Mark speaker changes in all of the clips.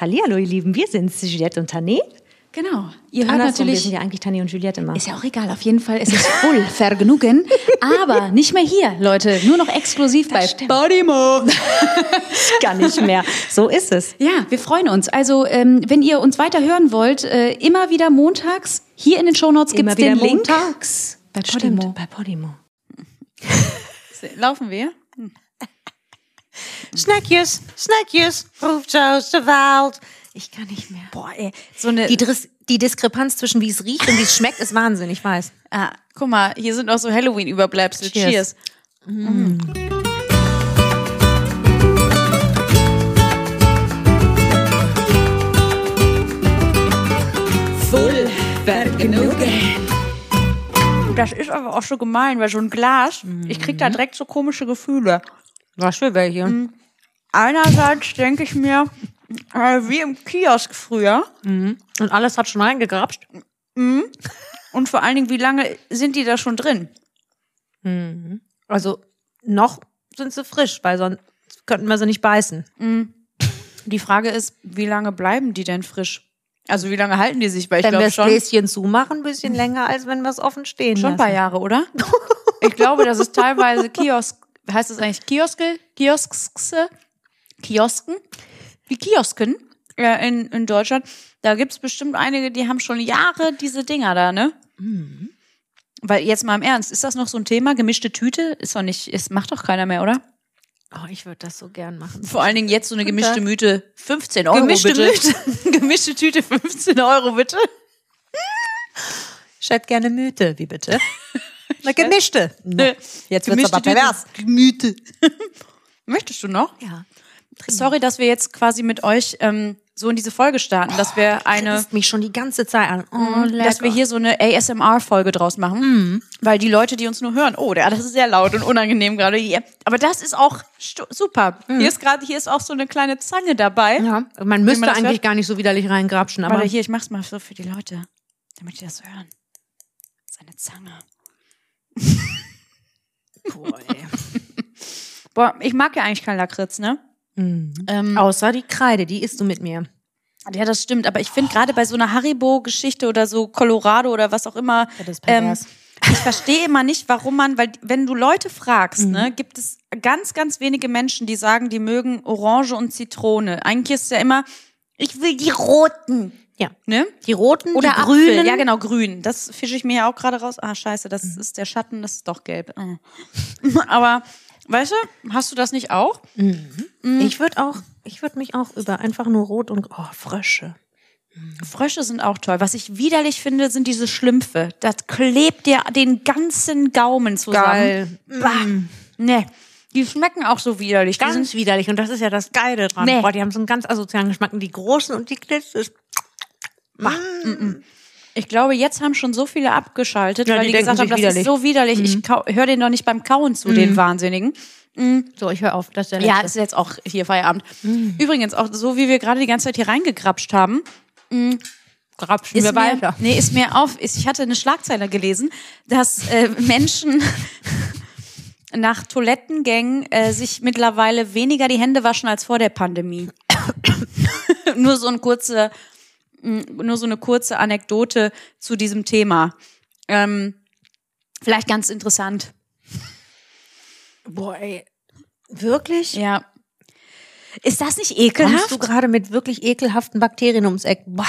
Speaker 1: Hallihallo, ihr Lieben, wir sind's, Juliette und Tané.
Speaker 2: Genau. Ihr hört
Speaker 1: Andersrum, wir
Speaker 2: natürlich.
Speaker 1: sind ja eigentlich Tané und Juliette immer.
Speaker 2: Ist ja auch egal, auf jeden Fall ist es voll Vergnügen. Aber nicht mehr hier, Leute. Nur noch exklusiv bei Podimo.
Speaker 1: gar nicht mehr. So ist es.
Speaker 2: Ja, wir freuen uns. Also, ähm, wenn ihr uns weiter hören wollt, äh, immer wieder montags. Hier in den Shownotes gibt
Speaker 1: Immer
Speaker 2: es den
Speaker 1: wieder
Speaker 2: Link.
Speaker 1: montags.
Speaker 2: Bei
Speaker 1: Stimmt,
Speaker 2: Podimo.
Speaker 1: bei Podimo.
Speaker 2: Laufen wir?
Speaker 3: Snackjes, snackjes, proeft aus de Wald.
Speaker 1: Ich kann nicht mehr.
Speaker 3: Boah, ey, so eine.
Speaker 1: Die, Dis die Diskrepanz zwischen wie es riecht und wie es schmeckt ist Wahnsinn, ich weiß.
Speaker 3: ah, guck mal, hier sind auch so Halloween-Überbleibsel.
Speaker 1: Cheers.
Speaker 3: Cheers. Das ist aber auch so gemein, weil so ein Glas, ich krieg da direkt so komische Gefühle.
Speaker 1: Was für welche?
Speaker 3: Einerseits denke ich mir, äh, wie im Kiosk früher.
Speaker 1: Und alles hat schon reingegrapscht.
Speaker 3: Und vor allen Dingen, wie lange sind die da schon drin?
Speaker 1: Also, noch sind sie frisch, weil sonst könnten wir sie nicht beißen.
Speaker 3: Die Frage ist, wie lange bleiben die denn frisch? Also wie lange halten die sich? Weil ich
Speaker 1: Wenn wir
Speaker 3: glaube
Speaker 1: das
Speaker 3: schon,
Speaker 1: Gläschen zumachen, ein bisschen länger, als wenn wir es offen stehen
Speaker 3: schon ein
Speaker 1: lassen.
Speaker 3: paar Jahre, oder?
Speaker 2: Ich glaube, das ist teilweise Kiosk. Heißt das eigentlich Kioske? Kioskse? Kiosken? Wie Kiosken?
Speaker 3: Ja, äh, in, in Deutschland. Da gibt's bestimmt einige, die haben schon Jahre diese Dinger da, ne?
Speaker 1: Mhm.
Speaker 3: Weil jetzt mal im Ernst, ist das noch so ein Thema? Gemischte Tüte ist doch nicht, es macht doch keiner mehr, oder?
Speaker 1: Oh, ich würde das so gern machen.
Speaker 3: Vor allen Dingen jetzt so eine gemischte Müte 15 Euro
Speaker 1: Gemischte
Speaker 3: bitte. gemischte Tüte 15 Euro bitte.
Speaker 1: Ich hätte gerne Mythe, wie bitte? Eine gemischte. Na, jetzt wird's aber pervers.
Speaker 3: Gemüte. Möchtest du noch?
Speaker 1: Ja.
Speaker 3: Sorry, dass wir jetzt quasi mit euch ähm, so in diese Folge starten, dass wir eine
Speaker 1: Pisst mich schon die ganze Zeit an. Oh,
Speaker 3: dass wir hier Oh, so Mhm. eine ASMR-Folge draus machen, weil die Leute, die uns nur hören, oh, der, das ist sehr laut und unangenehm gerade hier. Aber das ist auch stu- super. Hier ist gerade, hier ist auch so eine kleine Zange
Speaker 1: ja,
Speaker 3: dabei.
Speaker 1: man
Speaker 3: Wie man
Speaker 1: müsste
Speaker 3: das
Speaker 1: eigentlich
Speaker 3: hört?
Speaker 1: gar nicht so widerlich reingrapschen, aber
Speaker 3: Warte, hier, ich mach's mal so für die Leute, damit die das hören. Seine Zange. Boah, ich mag ja eigentlich keinen Lakritz, ne? Ähm,
Speaker 1: Mhm. außer die Kreide, die isst du mit mir.
Speaker 3: ja, das stimmt. Aber ich finde gerade bei so einer Haribo-Geschichte oder so Colorado oder was auch immer, ähm, ich verstehe immer nicht, warum man, weil wenn du Leute fragst, ne, gibt es ganz, ganz wenige Menschen, die sagen, die mögen Orange und Zitrone. Eigentlich ist ja immer, ich will die roten,
Speaker 1: ja.
Speaker 3: ne?
Speaker 1: Die roten,
Speaker 3: Oder
Speaker 1: die
Speaker 3: Apfel.
Speaker 1: grünen.
Speaker 3: Ja, genau, grün. Das fische ich mir ja auch gerade raus. Ah, scheiße, das ist der Schatten, das ist doch gelb. Ah. Aber, weißt du, hast du das nicht auch?
Speaker 1: Ich würde auch, ich würde mich auch über einfach nur rot und oh, Frösche.
Speaker 3: Frösche sind auch toll. Was ich widerlich finde, sind diese Schlümpfe. Das klebt dir den ganzen Gaumen zusammen.
Speaker 1: Geil. Mm.
Speaker 3: Bah. Nee. Die schmecken auch so widerlich. Die sind
Speaker 1: Ganz widerlich und das ist ja das Geile dran.
Speaker 3: Nee.
Speaker 1: Boah, die haben so einen ganz asozialen Geschmack. Und die großen und die Mm. Klitzes.
Speaker 3: Mm, Ich glaube, jetzt haben schon so viele abgeschaltet,
Speaker 1: Ja,
Speaker 3: weil
Speaker 1: die
Speaker 3: die,
Speaker 1: denken
Speaker 3: gesagt
Speaker 1: sich
Speaker 3: haben, das
Speaker 1: widerlich. Mhm.
Speaker 3: ist so widerlich. Ich höre den doch nicht beim Kauen zu, den Wahnsinnigen.
Speaker 1: So, ich höre auf. Das ist der
Speaker 3: Ja,
Speaker 1: letzte.
Speaker 3: ist jetzt auch hier Feierabend. Übrigens, auch so wie wir gerade die ganze Zeit hier reingegrapscht haben, mhm,
Speaker 1: grapschen
Speaker 3: ist mir, Nee, ist mir auf. Ist, ich hatte eine Schlagzeile gelesen, dass äh, Menschen nach Toilettengängen äh, sich mittlerweile weniger die Hände waschen als vor der Pandemie. nur so ein kurze, mh, nur so eine kurze Anekdote zu diesem Thema. Ähm, vielleicht ganz interessant.
Speaker 1: Boah, ey. Wirklich?
Speaker 3: Ja. Ist das nicht
Speaker 1: Kommst du
Speaker 3: ekelhaft?
Speaker 1: gerade mit wirklich ekelhaften Bakterien ums Eck? Boah.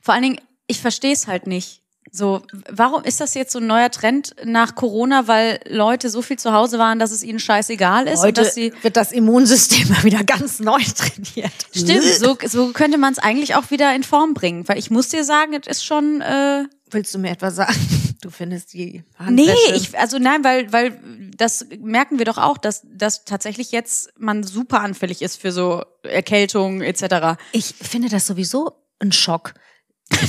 Speaker 3: Vor allen Dingen, ich verstehe es halt nicht. So, warum ist das jetzt so ein neuer Trend nach Corona, weil Leute so viel zu Hause waren, dass es ihnen scheißegal ist und
Speaker 1: Heute
Speaker 3: dass sie
Speaker 1: wird das Immunsystem mal wieder ganz neu trainiert.
Speaker 3: Stimmt, so, so könnte man es eigentlich auch wieder in Form bringen, weil ich muss dir sagen, es ist schon äh,
Speaker 1: Willst du mir etwas sagen? Du findest die
Speaker 3: Nee,
Speaker 1: Handwäsche.
Speaker 3: ich, also nein, weil, weil das merken wir doch auch, dass, dass tatsächlich jetzt man super anfällig ist für so Erkältungen etc.
Speaker 1: ich finde das sowieso ein Schock.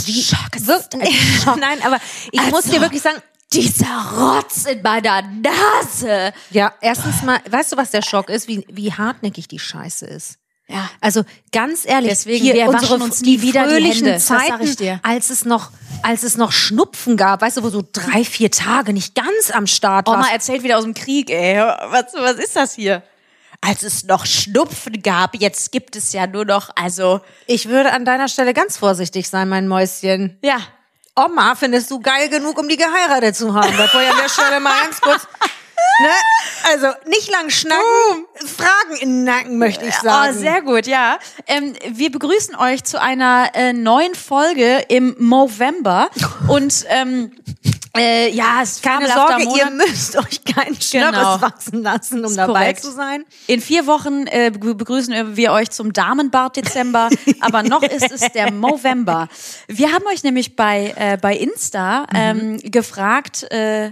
Speaker 1: Wie Schock. Wirkt ein Schock. Nein, aber ich muss dir wirklich sagen,
Speaker 2: Dieser Rotz in meiner Nase.
Speaker 1: ja, erstens mal, weißt du, was der Schock ist? Wie, wie hartnäckig die Scheiße ist.
Speaker 2: Ja.
Speaker 1: Also ganz ehrlich,
Speaker 2: Deswegen,
Speaker 1: hier
Speaker 2: wir
Speaker 1: unsere,
Speaker 2: waschen uns nie
Speaker 1: die
Speaker 2: wieder die
Speaker 1: fröhlichen
Speaker 2: Hände, das
Speaker 1: Zeiten,
Speaker 2: sag ich dir.
Speaker 1: als es noch, als es noch Schnupfen gab, weißt du, wo so drei, vier Tage nicht ganz am Start war.
Speaker 3: Oma erzählt wieder aus dem Krieg, ey. Was, was ist das hier? als es noch Schnupfen gab. Jetzt gibt es ja nur noch, also,
Speaker 1: Ich würde an deiner Stelle ganz vorsichtig sein, mein Mäuschen.
Speaker 3: ja.
Speaker 1: Oma findest du geil genug, um die geheiratet zu haben. Da wollen wir an der Stelle mal ganz kurz. Ne? Also nicht lang schnacken, Fragen in den Nacken möchte ich sagen.
Speaker 3: Oh, sehr gut, ja. Ähm, wir begrüßen euch zu einer äh, neuen Folge im November. Und ähm, äh, ja, es ist
Speaker 1: Keine
Speaker 3: fabelhafter
Speaker 1: Sorge, ihr
Speaker 3: Monat.
Speaker 1: müsst euch keinen Schnörres
Speaker 3: Genau.
Speaker 1: wachsen lassen, um
Speaker 3: Ist
Speaker 1: dabei
Speaker 3: korrekt.
Speaker 1: zu sein.
Speaker 3: In vier Wochen äh, begrü- begrüßen wir euch zum Damenbart-Dezember, aber noch ist es der Movember. Wir haben euch nämlich bei, äh, bei
Speaker 1: Mhm.
Speaker 3: Insta ähm, gefragt, äh,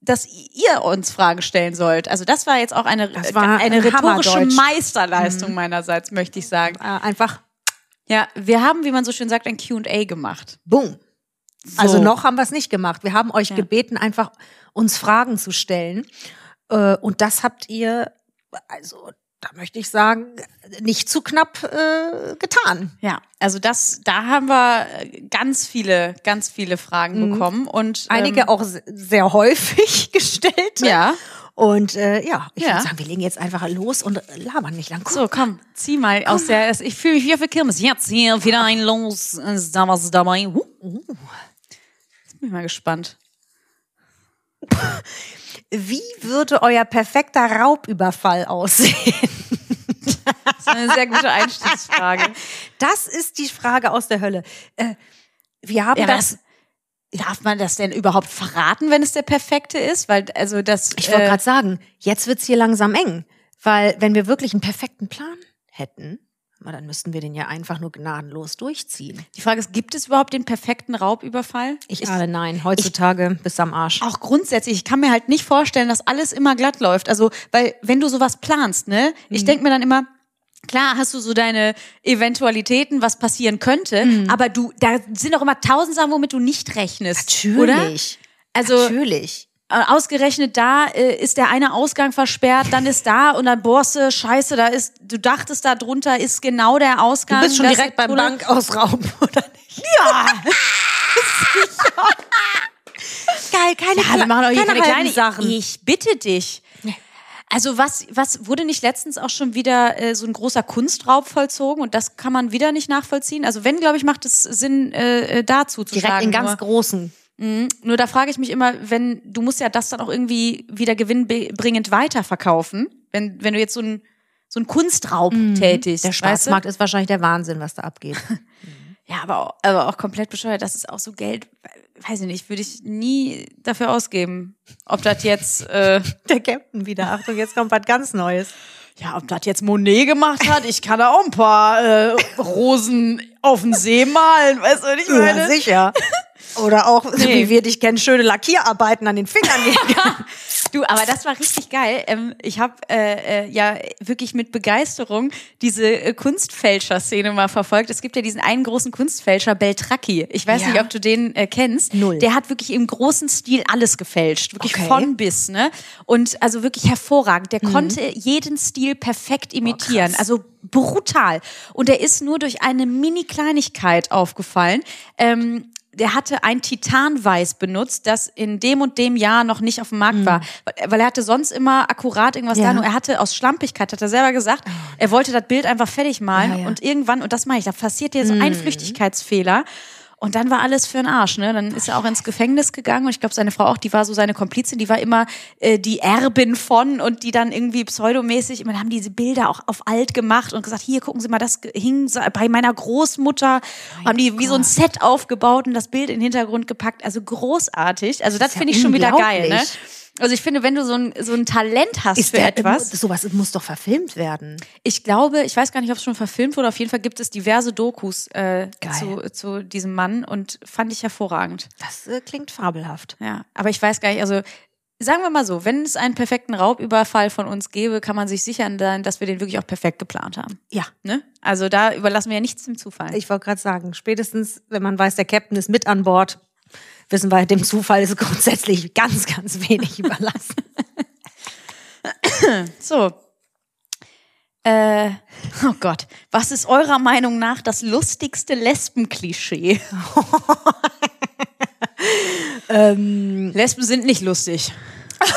Speaker 3: dass ihr uns Fragen stellen sollt. Also das war jetzt auch eine,
Speaker 1: Das war
Speaker 3: eine rhetorische
Speaker 1: Hammerdeutsch. Mhm.
Speaker 3: Meisterleistung meinerseits, möchte ich sagen.
Speaker 1: Äh, einfach
Speaker 3: Ja, wir haben, wie man so schön sagt, ein Q&A gemacht.
Speaker 1: boom. Also noch haben wir es nicht gemacht. Wir haben euch gebeten, einfach uns Fragen zu stellen. Äh, und das habt ihr, also da möchte ich sagen, nicht zu knapp äh, getan.
Speaker 3: Ja, also das, da haben wir äh, ganz viele, ganz viele Fragen bekommen und
Speaker 1: Mhm. Einige
Speaker 3: ähm,
Speaker 1: auch se- sehr häufig gestellt.
Speaker 3: ja.
Speaker 1: Und äh, ja, ich
Speaker 3: Ja.
Speaker 1: würde sagen, wir legen jetzt einfach los und labern nicht lang.
Speaker 3: So, komm, zieh mal aus der. Ich fühle mich wie auf der Kirmes. Jetzt hier wieder ein Los. Ist da was dabei? Huh. uh. Jetzt bin ich mal gespannt.
Speaker 1: Wie würde euer perfekter Raubüberfall aussehen?
Speaker 3: Das ist eine sehr gute Einstiegsfrage.
Speaker 1: Das ist die Frage aus der Hölle. Äh, wir haben
Speaker 3: Ja,
Speaker 1: das.
Speaker 3: das, darf man das denn überhaupt verraten, wenn es der perfekte ist? Weil, also, das.
Speaker 1: Ich wollte gerade sagen, jetzt wird's hier langsam eng. Weil wenn wir wirklich einen perfekten Plan hätten, na, dann müssten wir den ja einfach nur gnadenlos durchziehen.
Speaker 3: die Frage ist, gibt es überhaupt den perfekten Raubüberfall?
Speaker 1: Ich ahne nein, heutzutage bis am Arsch.
Speaker 3: auch grundsätzlich, ich kann mir halt nicht vorstellen, dass alles immer glatt läuft. Also, weil wenn du sowas planst, ne, ich
Speaker 1: Mhm.
Speaker 3: denk mir dann immer, klar hast du so deine Eventualitäten, was passieren könnte,
Speaker 1: Mhm.
Speaker 3: aber du, da sind auch immer tausend Sachen, womit du nicht rechnest, oder?
Speaker 1: Natürlich.
Speaker 3: Also
Speaker 1: Natürlich.
Speaker 3: äh, ausgerechnet da äh, ist der eine Ausgang versperrt, dann ist da und dann bohrst du, scheiße, da ist, du dachtest da drunter ist genau der Ausgang.
Speaker 1: Du bist schon
Speaker 3: das
Speaker 1: direkt
Speaker 3: ist
Speaker 1: beim
Speaker 3: Tunnel.
Speaker 1: Bankausraub, oder nicht? Ja! Geil, keine,
Speaker 3: Ja, Also, wir machen doch hier keine,
Speaker 1: halben
Speaker 3: kleinen Sachen. Ich bitte dich. Also was, was wurde nicht letztens auch schon wieder äh, so ein großer Kunstraub vollzogen und das kann man wieder nicht nachvollziehen? Also wenn, glaube ich, macht es Sinn, äh, äh, dazu zu
Speaker 1: Direkt
Speaker 3: schlagen.
Speaker 1: in ganz
Speaker 3: nur,
Speaker 1: großen.
Speaker 3: nur da frage ich mich immer, wenn du musst ja das dann auch irgendwie wieder gewinnbringend weiterverkaufen, wenn, wenn du jetzt so ein so einen Kunstraub tätigst.
Speaker 1: Der
Speaker 3: weißt du?
Speaker 1: Schwarzmarkt ist wahrscheinlich der Wahnsinn, was da abgeht.
Speaker 3: Ja, aber auch, aber auch komplett bescheuert. Das ist auch so Geld, weiß ich nicht, würde ich nie dafür ausgeben. Ob das jetzt äh,
Speaker 1: der Captain wieder. Achtung, jetzt kommt was ganz Neues.
Speaker 4: Ja, ob das jetzt Monet gemacht hat, ich kann da auch ein paar äh, Rosen auf dem See malen, weißt du, was ich meine?
Speaker 1: Ja, sicher. Oder auch,
Speaker 3: Nee.
Speaker 1: wie wir dich kennen, schöne Lackierarbeiten an den Fingern.
Speaker 3: Du, aber das war richtig geil. Ähm, ich habe äh, äh, ja wirklich mit Begeisterung diese äh, Kunstfälscher-Szene mal verfolgt. Es gibt ja diesen einen großen Kunstfälscher, Beltracchi. Ich weiß
Speaker 1: Ja.
Speaker 3: nicht, ob du den äh, kennst.
Speaker 1: Null.
Speaker 3: Der hat wirklich im großen Stil alles gefälscht. Wirklich
Speaker 1: Okay. Mhm.
Speaker 3: von bis, ne? Und also wirklich hervorragend. Der konnte jeden Stil perfekt
Speaker 1: Oh,
Speaker 3: imitieren. also brutal. Und er ist nur durch eine Mini-Kleinigkeit aufgefallen. Ähm, der hatte ein Titanweiß benutzt, das in dem und dem Jahr noch nicht auf dem Markt war. Weil- Weil er hatte sonst immer akkurat irgendwas
Speaker 1: Mhm. Ja. Oh,
Speaker 3: da, nur er hatte aus Schlampigkeit, hat er selber gesagt, er wollte das Bild einfach fertig malen
Speaker 1: Ja, Mhm. ja.
Speaker 3: und irgendwann, und das meine ich, da passiert dir so ein Flüchtigkeitsfehler. Und dann war alles für den Arsch, ne? Dann ist er auch ins Gefängnis gegangen und ich glaube, seine Frau auch, die war so seine Komplizin, die war immer äh, die Erbin von und die dann irgendwie pseudomäßig, immer haben diese Bilder auch auf alt gemacht und gesagt, hier gucken Sie mal, das hing so bei meiner Großmutter, haben die wie so ein Set aufgebaut und das Bild in den Hintergrund gepackt, also großartig. Also das
Speaker 1: ja
Speaker 3: finde ich schon wieder geil, ne?
Speaker 1: unglaublich.
Speaker 3: Also ich finde, wenn du so ein so ein Talent hast für etwas,
Speaker 1: Sowas muss doch verfilmt werden.
Speaker 3: ich glaube, ich weiß gar nicht, ob es schon verfilmt wurde. Auf jeden Fall gibt es diverse Dokus äh, zu, zu diesem Mann und fand ich hervorragend.
Speaker 1: Das äh, klingt fabelhaft.
Speaker 3: Ja, aber ich weiß gar nicht, also sagen wir mal so, wenn es einen perfekten Raubüberfall von uns gäbe, kann man sich sichern sein, dass wir den wirklich auch perfekt geplant haben.
Speaker 1: Ja.
Speaker 3: Ne? Also da überlassen wir ja nichts dem Zufall.
Speaker 1: Ich wollte gerade sagen, spätestens, wenn man weiß, der Captain ist mit an Bord, wissen wir, dem Zufall ist grundsätzlich ganz, ganz wenig überlassen.
Speaker 3: so. Äh, oh Gott, was ist eurer Meinung nach das lustigste Lesbenklischee?
Speaker 4: Ähm,
Speaker 3: Lesben sind nicht lustig.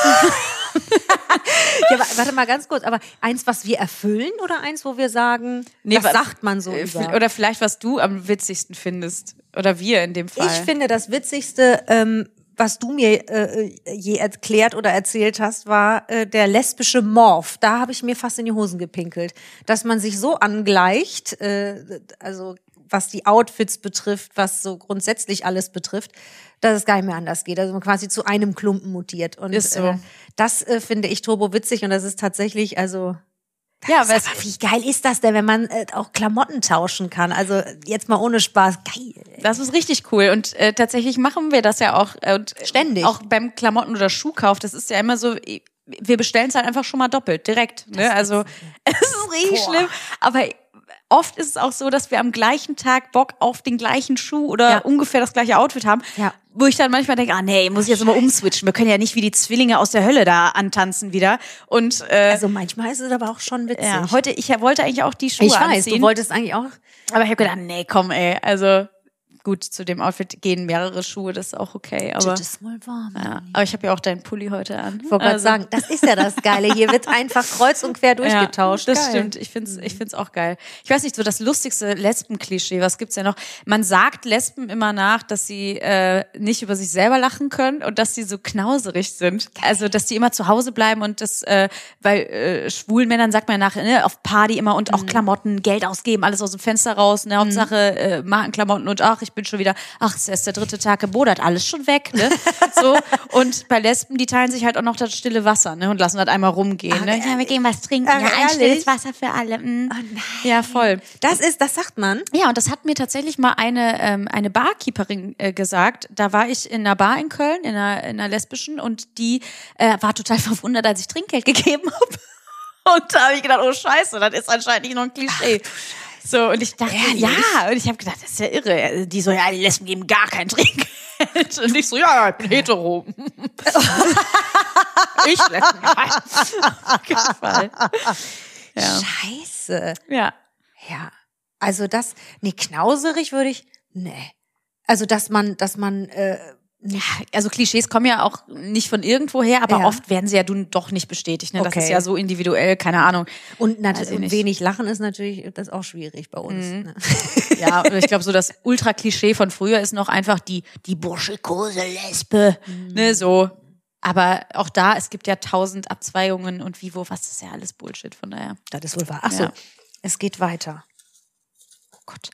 Speaker 4: Ja, wa- warte mal ganz kurz, aber eins, was wir erfüllen oder eins, wo wir sagen,
Speaker 3: Nee,
Speaker 4: das
Speaker 3: was-
Speaker 4: sagt man so
Speaker 3: Äh,
Speaker 4: über?
Speaker 3: Oder vielleicht, was du am witzigsten findest. Oder wir in dem Fall.
Speaker 4: ich finde das Witzigste, ähm, was du mir äh, je erklärt oder erzählt hast, war äh, der lesbische Morph. Da habe ich mir fast in die Hosen gepinkelt, dass man sich so angleicht, äh, also was die Outfits betrifft, was so grundsätzlich alles betrifft, dass es gar nicht mehr anders geht. Also man quasi zu einem Klumpen mutiert. Und
Speaker 3: Ist so.
Speaker 4: äh, das äh, finde ich turbo witzig und das ist tatsächlich, also
Speaker 3: ja, aber
Speaker 4: Sag
Speaker 3: es,
Speaker 4: mal, wie geil ist das denn, wenn man äh, auch Klamotten tauschen kann? Also jetzt mal ohne Spaß, geil.
Speaker 3: das ist richtig cool. Und äh, tatsächlich machen wir das ja auch. Äh, und äh,
Speaker 4: Ständig.
Speaker 3: Auch beim Klamotten- oder Schuhkauf. Das ist ja immer so, eh, wir bestellen es halt einfach schon mal doppelt, direkt. Ne? Also es ist richtig schlimm. Aber oft ist es auch so, dass wir am gleichen Tag Bock auf den gleichen Schuh oder
Speaker 4: Ja.
Speaker 3: ungefähr das gleiche Outfit haben.
Speaker 4: Ja.
Speaker 3: Wo ich dann manchmal denke, ah nee, muss ich jetzt immer umswitchen. Wir können ja nicht wie die Zwillinge aus der Hölle da antanzen wieder. Und äh,
Speaker 4: Also manchmal ist es aber auch schon witzig.
Speaker 3: ja, heute, ich wollte eigentlich auch die Schuhe
Speaker 4: ich weiß,
Speaker 3: anziehen.
Speaker 4: du wolltest eigentlich auch.
Speaker 3: Aber ich habe gedacht, nee, komm, ey. Also gut, zu dem Outfit gehen mehrere Schuhe, das ist auch okay. Aber,
Speaker 4: Das ist mal warm.
Speaker 3: ja, aber ich habe ja auch deinen Pulli heute an. Also,
Speaker 4: Ich wollte gerade sagen, das ist ja das Geile. Hier wird einfach kreuz und quer durchgetauscht.
Speaker 3: Ja, das
Speaker 4: Geil.
Speaker 3: stimmt. Ich find's, ich find's auch geil. Ich weiß nicht, so das lustigste Lesben-Klischee, was gibt's ja noch? Man sagt Lesben immer nach, dass sie äh, nicht über sich selber lachen können und dass sie so knauserig sind. Also, dass die immer zu Hause bleiben und das, äh, weil äh, schwulen Männern sagt man nach, ne, auf Party immer und auch Klamotten, Geld ausgeben, alles aus dem Fenster raus, ne, Hauptsache äh, Markenklamotten und ach, ich bin schon wieder, ach, es ist erst der dritte Tag gebodert, alles schon weg, ne? so. Und bei Lesben, die teilen sich halt auch noch das stille Wasser, ne, und lassen das einmal rumgehen, ne? Ja, wir gehen was trinken.
Speaker 4: Ach,
Speaker 3: ja, ein
Speaker 4: ehrlich?
Speaker 3: stilles Wasser für alle. mm. Ja, voll.
Speaker 4: Das ist, das sagt man.
Speaker 3: Ja, und das hat mir tatsächlich mal eine, ähm, eine Barkeeperin äh, gesagt. Da war ich in einer Bar in Köln, in einer, in einer lesbischen, und die äh, war total verwundert, als ich Trinkgeld gegeben habe. Und da habe ich gedacht, oh Scheiße, das ist anscheinend nicht nur ein Klischee. so, und ich dachte,
Speaker 5: Ehrlich?
Speaker 3: ja, und ich habe gedacht, das ist ja irre. Die so, ja, die Lesben geben gar kein Trinkgeld. Und ich so, ja, ja, ich bin hetero. ich Lesben. Auf jeden Fall. Ja.
Speaker 4: Scheiße.
Speaker 3: ja.
Speaker 4: Ja. Also das, nee, knauserig würde ich, nee. Also dass man, dass man, äh,
Speaker 3: Also Klischees kommen ja auch nicht von irgendwoher, aber
Speaker 4: Ja.
Speaker 3: oft werden sie ja du doch nicht bestätigt. Ne? Das
Speaker 4: Okay.
Speaker 3: ist ja so individuell, keine Ahnung.
Speaker 4: und,
Speaker 3: Weiß
Speaker 4: nat-
Speaker 3: ich
Speaker 4: und
Speaker 3: nicht. Mhm.
Speaker 4: wenig lachen ist natürlich, das ist auch schwierig bei uns. Ne?
Speaker 3: Ja, und ich glaube, so das Ultra-Klischee von früher ist noch einfach die, die burschikose Lesbe. Ne, so. Aber auch da, es gibt ja tausend Abzweigungen und wie, wo, was, das ist ja alles Bullshit, von daher.
Speaker 4: Das ist wohl wahr. Ach so,
Speaker 3: Ja.
Speaker 4: es geht weiter. Oh Gott,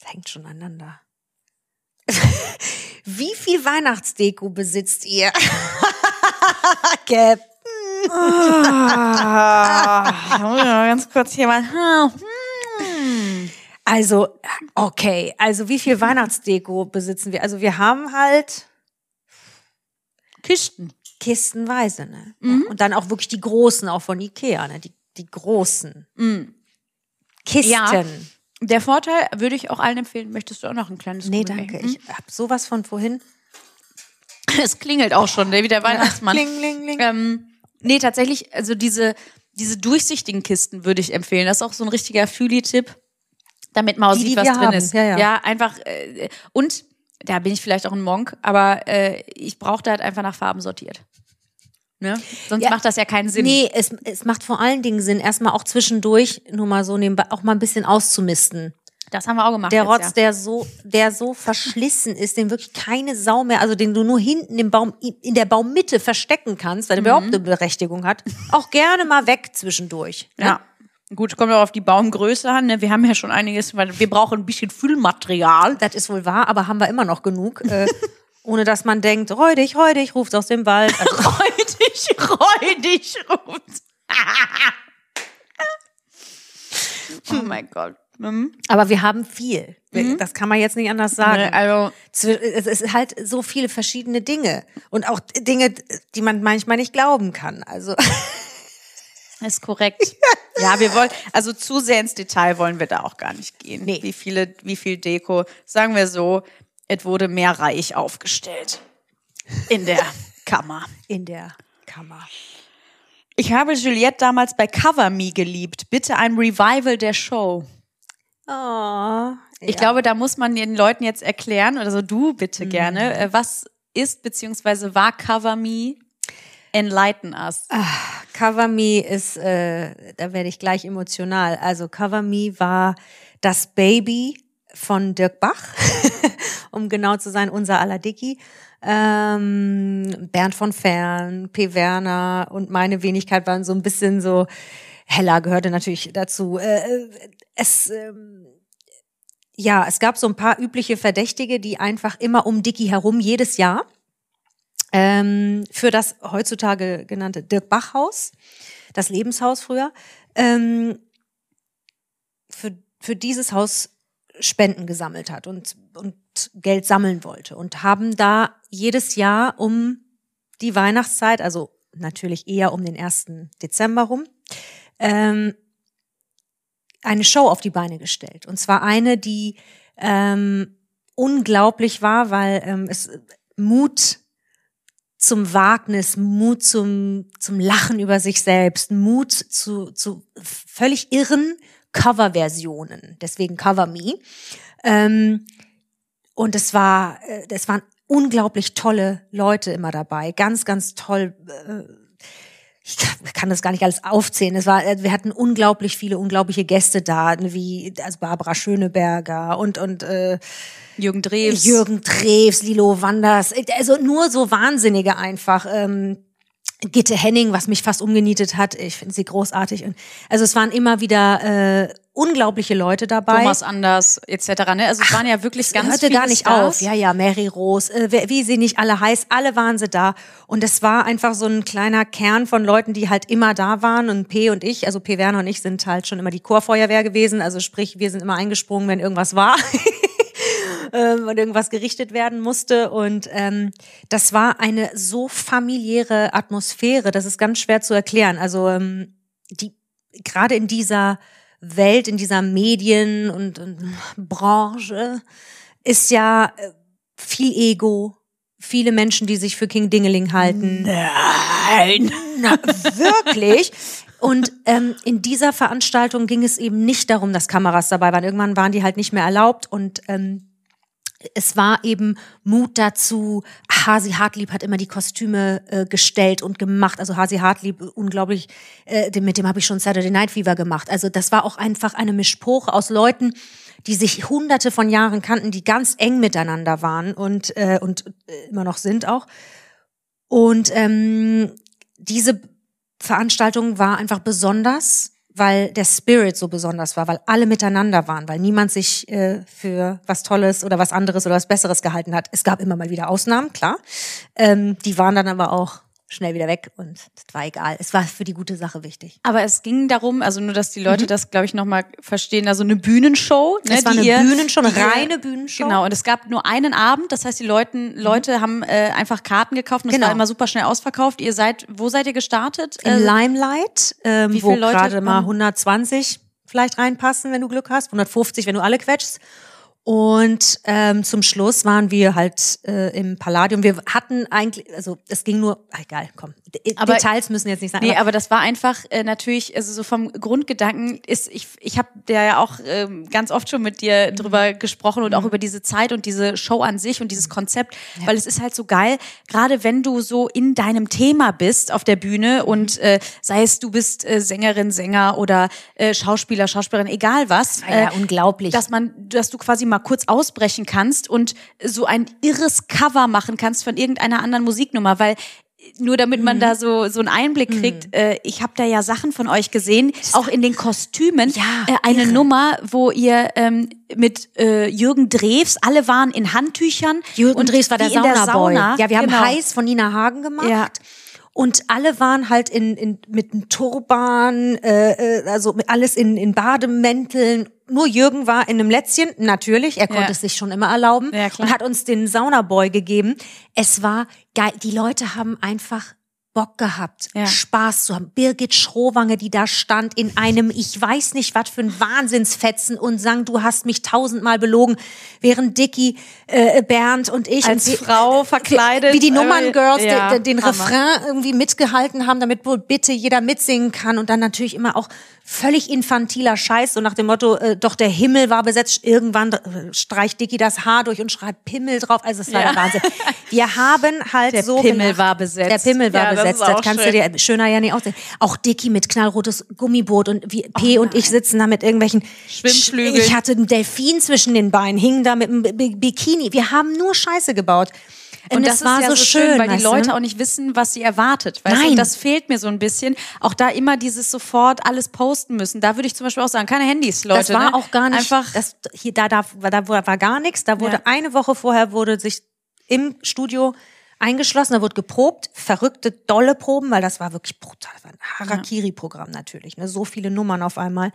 Speaker 4: das hängt schon aneinander. Wie viel Weihnachtsdeko besitzt ihr? Cap.
Speaker 3: ganz kurz hier mal. hm,
Speaker 4: Also, okay. Also, wie viel Weihnachtsdeko besitzen wir? Also, wir haben halt
Speaker 3: Kisten.
Speaker 4: kistenweise, ne?
Speaker 3: Mhm.
Speaker 4: Ja, Und dann auch wirklich die großen, auch von Ikea, ne? Die, die großen. Kisten.
Speaker 3: Mhm. Ja. Der Vorteil würde ich auch allen empfehlen. Möchtest du auch noch ein kleines
Speaker 4: Nee,
Speaker 3: Kugeln?
Speaker 4: danke. Ich hab sowas von vorhin.
Speaker 3: Es klingelt auch schon, der wie der Weihnachtsmann.
Speaker 4: Kling, kling, kling.
Speaker 3: Ähm, nee, tatsächlich, also diese, diese durchsichtigen Kisten würde ich empfehlen. Das ist auch so ein richtiger Fühli-Tipp, damit man auch
Speaker 4: Die,
Speaker 3: sieht,
Speaker 4: die
Speaker 3: was
Speaker 4: wir
Speaker 3: drin
Speaker 4: haben.
Speaker 3: ist.
Speaker 4: Ja, ja.
Speaker 3: einfach. Äh, und da bin ich vielleicht auch ein Monk, aber äh, ich brauche da halt einfach nach Farben sortiert. Ne? Sonst
Speaker 4: Ja.
Speaker 3: macht das ja keinen Sinn.
Speaker 4: Nee, es, es macht vor allen Dingen Sinn, erstmal auch zwischendurch nur mal so nebenbei auch mal ein bisschen auszumisten.
Speaker 3: Das haben wir auch gemacht.
Speaker 4: Der
Speaker 3: jetzt,
Speaker 4: Rotz,
Speaker 3: ja.
Speaker 4: der so, der so verschlissen ist, den wirklich keine Sau mehr, also den du nur hinten im Baum, in der Baummitte verstecken kannst, weil
Speaker 3: Mhm.
Speaker 4: der überhaupt eine Berechtigung hat, auch gerne mal weg zwischendurch. ne?
Speaker 3: Ja. Gut, kommen wir auf die Baumgröße an. Ne? Wir haben ja schon einiges, weil wir brauchen ein bisschen Füllmaterial.
Speaker 4: Das ist wohl wahr, aber haben wir immer noch genug. Äh, ohne dass man denkt, räudig, räudig, ruft aus dem Wald. Also,
Speaker 3: Freudig, freudig ruft. oh mein Gott. Mhm.
Speaker 4: aber wir haben viel. Wir- Das kann man jetzt nicht anders sagen.
Speaker 3: Nee, Also,
Speaker 4: Zwi- Es ist halt so viele verschiedene Dinge und auch Dinge, die man manchmal nicht glauben kann. Also
Speaker 3: ist korrekt. ja, wir wollen, also zu sehr ins Detail wollen wir da auch gar nicht gehen.
Speaker 4: Nee.
Speaker 3: Wie viele, wie viel Deko. Sagen wir so, es wurde mehr reich aufgestellt. In der Kammer.
Speaker 4: in der Kammer.
Speaker 3: Ich habe Juliette damals bei Cover Me geliebt. Bitte ein Revival der Show.
Speaker 4: Oh,
Speaker 3: Ich glaube, da muss man den Leuten jetzt erklären, oder so du bitte
Speaker 4: Mhm.
Speaker 3: gerne,
Speaker 4: Ah,
Speaker 3: äh, was ist beziehungsweise war Cover Me? Enlighten us.
Speaker 4: Cover Me ist, äh, da werde ich gleich emotional. Also Cover Me war das Baby von Dirk Bach, um genau zu sein, unser aller Dicky. Ähm, Bernd von Fern, P. Werner und meine Wenigkeit waren so ein bisschen so, Hella gehörte natürlich dazu. Äh, es, ähm, ja, es gab so ein paar übliche Verdächtige, die einfach immer um Dicky herum jedes Jahr ähm, für das heutzutage genannte Dirk Bach Haus, das Lebenshaus früher, ähm, für, für dieses Haus Spenden gesammelt hat und, und Geld sammeln wollte und haben da jedes Jahr um die Weihnachtszeit, also natürlich eher um den 1. Dezember rum, ähm, eine Show auf die Beine gestellt. Und zwar eine, die ähm, unglaublich war, weil ähm, es Mut zum Wagnis, Mut zum, zum Lachen über sich selbst, Mut zu, zu völlig irren Coverversionen, deswegen Cover Me. Ähm, und es war, äh, es waren unglaublich tolle Leute immer dabei, ganz, ganz toll. Äh, ich kann das gar nicht alles aufzählen. Es war, äh, wir hatten unglaublich viele, unglaubliche Gäste da, wie also Barbara Schöneberger und und äh,
Speaker 3: Jürgen Drews.
Speaker 4: Jürgen Drews, Lilo Wanders, also nur so wahnsinnige einfach. Ähm, Gitte Henning, was mich fast umgenietet hat, ich finde sie großartig. Und, also es waren immer wieder äh, unglaubliche Leute dabei.
Speaker 3: Thomas Anders etc. Ne? Also es waren ja wirklich ganz
Speaker 4: hörte
Speaker 3: viele
Speaker 4: gar nicht
Speaker 3: Stars.
Speaker 4: auf. Ja, ja, Mary Rose, äh, wer- wie sie nicht alle heißt, alle waren sie da. Und es war einfach so ein kleiner Kern von Leuten, die halt immer da waren. Und P und ich, also P. Werner und ich, sind halt schon immer die Chorfeuerwehr gewesen. Also sprich, wir sind immer eingesprungen, wenn irgendwas war ähm, und irgendwas gerichtet werden musste. Und ähm, das war eine so familiäre Atmosphäre, das ist ganz schwer zu erklären. Also ähm, die gerade in dieser Welt, in dieser Medien- und, und Branche ist ja äh, viel Ego, viele Menschen, die sich für King Dingeling halten. Nein! Na, wirklich? Und ähm, in dieser Veranstaltung ging es eben nicht darum, dass Kameras dabei waren. Irgendwann waren die halt nicht mehr erlaubt und ähm, es war eben Mut dazu. Hasi Hartlieb hat immer die Kostüme äh, gestellt und gemacht. Also Hasi Hartlieb, unglaublich, äh, dem- mit dem habe ich schon Saturday Night Fever gemacht. Also das war auch einfach eine Mischpoche aus Leuten, die sich hunderte von Jahren kannten, die ganz eng miteinander waren und, äh, und äh, immer noch sind auch. Und ähm, diese Veranstaltung war einfach besonders, weil der Spirit so besonders war, weil alle miteinander waren, weil niemand sich äh, für was Tolles oder was anderes oder was Besseres gehalten hat. Es gab immer mal wieder Ausnahmen, klar. Ähm, die waren dann aber auch schnell wieder weg und das war egal. Es war für die gute Sache wichtig.
Speaker 3: Aber es ging darum, also nur, dass die Leute das, glaube ich, nochmal verstehen, also eine Bühnenshow. Ne,
Speaker 4: Mhm. Es war
Speaker 3: die
Speaker 4: eine
Speaker 3: ihr-
Speaker 4: Bühnenshow, eine
Speaker 3: die ihr-
Speaker 4: reine Bühnenshow.
Speaker 3: Genau, und es gab nur einen Abend, das heißt, die Leuten, Leute haben äh, einfach Karten gekauft und es
Speaker 4: Genau.
Speaker 3: war immer super schnell ausverkauft. Ihr seid, wo seid ihr gestartet?
Speaker 4: Im
Speaker 3: Äh,
Speaker 4: Limelight, ähm,
Speaker 3: wie
Speaker 4: wo
Speaker 3: viele Leute
Speaker 4: gerade mal
Speaker 3: kommen?
Speaker 4: 120 vielleicht reinpassen, wenn du Glück hast, 150, wenn du alle quetschst. Und ähm, zum Schluss waren wir halt äh, im Palladium. Wir hatten eigentlich, also es ging nur, ah, egal, komm. De
Speaker 3: Aber-
Speaker 4: Details müssen jetzt nicht sein.
Speaker 3: Nee,
Speaker 4: aber
Speaker 3: aber das war einfach äh, natürlich, also so vom Grundgedanken ist, ich, ich habe da ja auch ähm, ganz oft schon mit
Speaker 4: Mhm.
Speaker 3: dir drüber gesprochen und auch über diese Zeit und diese Show an sich und dieses Konzept, weil es ist halt so geil, gerade wenn du so in deinem Thema bist auf der Bühne
Speaker 4: Mhm.
Speaker 3: und äh, sei es du bist äh, Sängerin, Sänger oder äh, Schauspieler, Schauspielerin, egal was.
Speaker 4: war Ah ja
Speaker 3: äh,
Speaker 4: unglaublich.
Speaker 3: Dass man, dass du quasi mal kurz ausbrechen kannst und so ein irres Cover machen kannst von irgendeiner anderen Musiknummer, weil nur damit
Speaker 4: Mhm.
Speaker 3: man da so so einen Einblick kriegt. Äh, ich habe da ja Sachen von euch gesehen, auch in den Kostümen.
Speaker 4: Ja,
Speaker 3: äh, eine Nummer, wo ihr ähm, mit äh, Jürgen Drews, alle waren in Handtüchern.
Speaker 4: Jürgen Drees war der
Speaker 3: wie in der
Speaker 4: Saunaboy.
Speaker 3: Sauna.
Speaker 4: ja, wir haben
Speaker 3: Genau.
Speaker 4: heiß von Nina Hagen gemacht.
Speaker 3: Ja.
Speaker 4: Und alle waren halt in, in mit einem Turban, äh, äh, also mit alles in, in Bademänteln. Nur Jürgen war in einem Lätzchen, natürlich, er konnte es sich schon immer erlauben
Speaker 3: Ja, klar.
Speaker 4: und hat uns den Saunaboy gegeben. Es war geil, die Leute haben einfach Bock gehabt,
Speaker 3: Ja.
Speaker 4: Spaß zu haben. Birgit Schrowange, die da stand in einem, ich weiß nicht was für ein Wahnsinnsfetzen und sang, du hast mich tausendmal belogen, während Dicky, äh, Bernd und ich
Speaker 3: als
Speaker 4: und wir-
Speaker 3: Frau verkleidet.
Speaker 4: wie die Nummern-Girls
Speaker 3: äh,
Speaker 4: de- de- den
Speaker 3: Hammer.
Speaker 4: Refrain ne, irgendwie mitgehalten haben, damit wohl bitte jeder mitsingen kann und dann natürlich immer auch völlig infantiler Scheiß, so nach dem Motto, äh, doch der Himmel war besetzt, irgendwann äh, streicht Dicky das Haar durch und schreibt Pimmel drauf, also es war der Wahnsinn. Wir haben halt
Speaker 3: Der
Speaker 4: so
Speaker 3: Pimmel
Speaker 4: gelacht.
Speaker 3: war besetzt.
Speaker 4: Der Pimmel war
Speaker 3: Ja, das
Speaker 4: besetzt. gesetzt
Speaker 3: ist
Speaker 4: hat.
Speaker 3: auch
Speaker 4: Kannst
Speaker 3: schön.
Speaker 4: du dir schöner ja nicht aussehen. Auch Dicky mit knallrotes Gummiboot und wie
Speaker 3: Oh
Speaker 4: P und ich sitzen da mit irgendwelchen
Speaker 3: Schwimmflügeln.
Speaker 4: Ich hatte einen Delfin zwischen den Beinen, hing da mit einem Bi- Bikini. Wir haben nur Scheiße gebaut.
Speaker 3: Und das, war ist ja so schön, weil die Leute auch nicht wissen, was sie erwartet. Weißt du?
Speaker 4: Nein.
Speaker 3: Und das fehlt mir so ein bisschen. Auch da immer dieses sofort alles posten müssen. Da würde ich zum Beispiel auch sagen, keine Handys, Leute.
Speaker 4: Das war
Speaker 3: ne?
Speaker 4: auch gar nicht.
Speaker 3: Einfach,
Speaker 4: das, hier, da, da, da war gar nichts. Da wurde
Speaker 3: Ja.
Speaker 4: eine Woche vorher wurde sich im Studio eingeschlossen, da wurde geprobt, verrückte, dolle Proben, weil das war wirklich brutal. Das war ein Harakiri-Programm natürlich, ne? So viele Nummern auf einmal.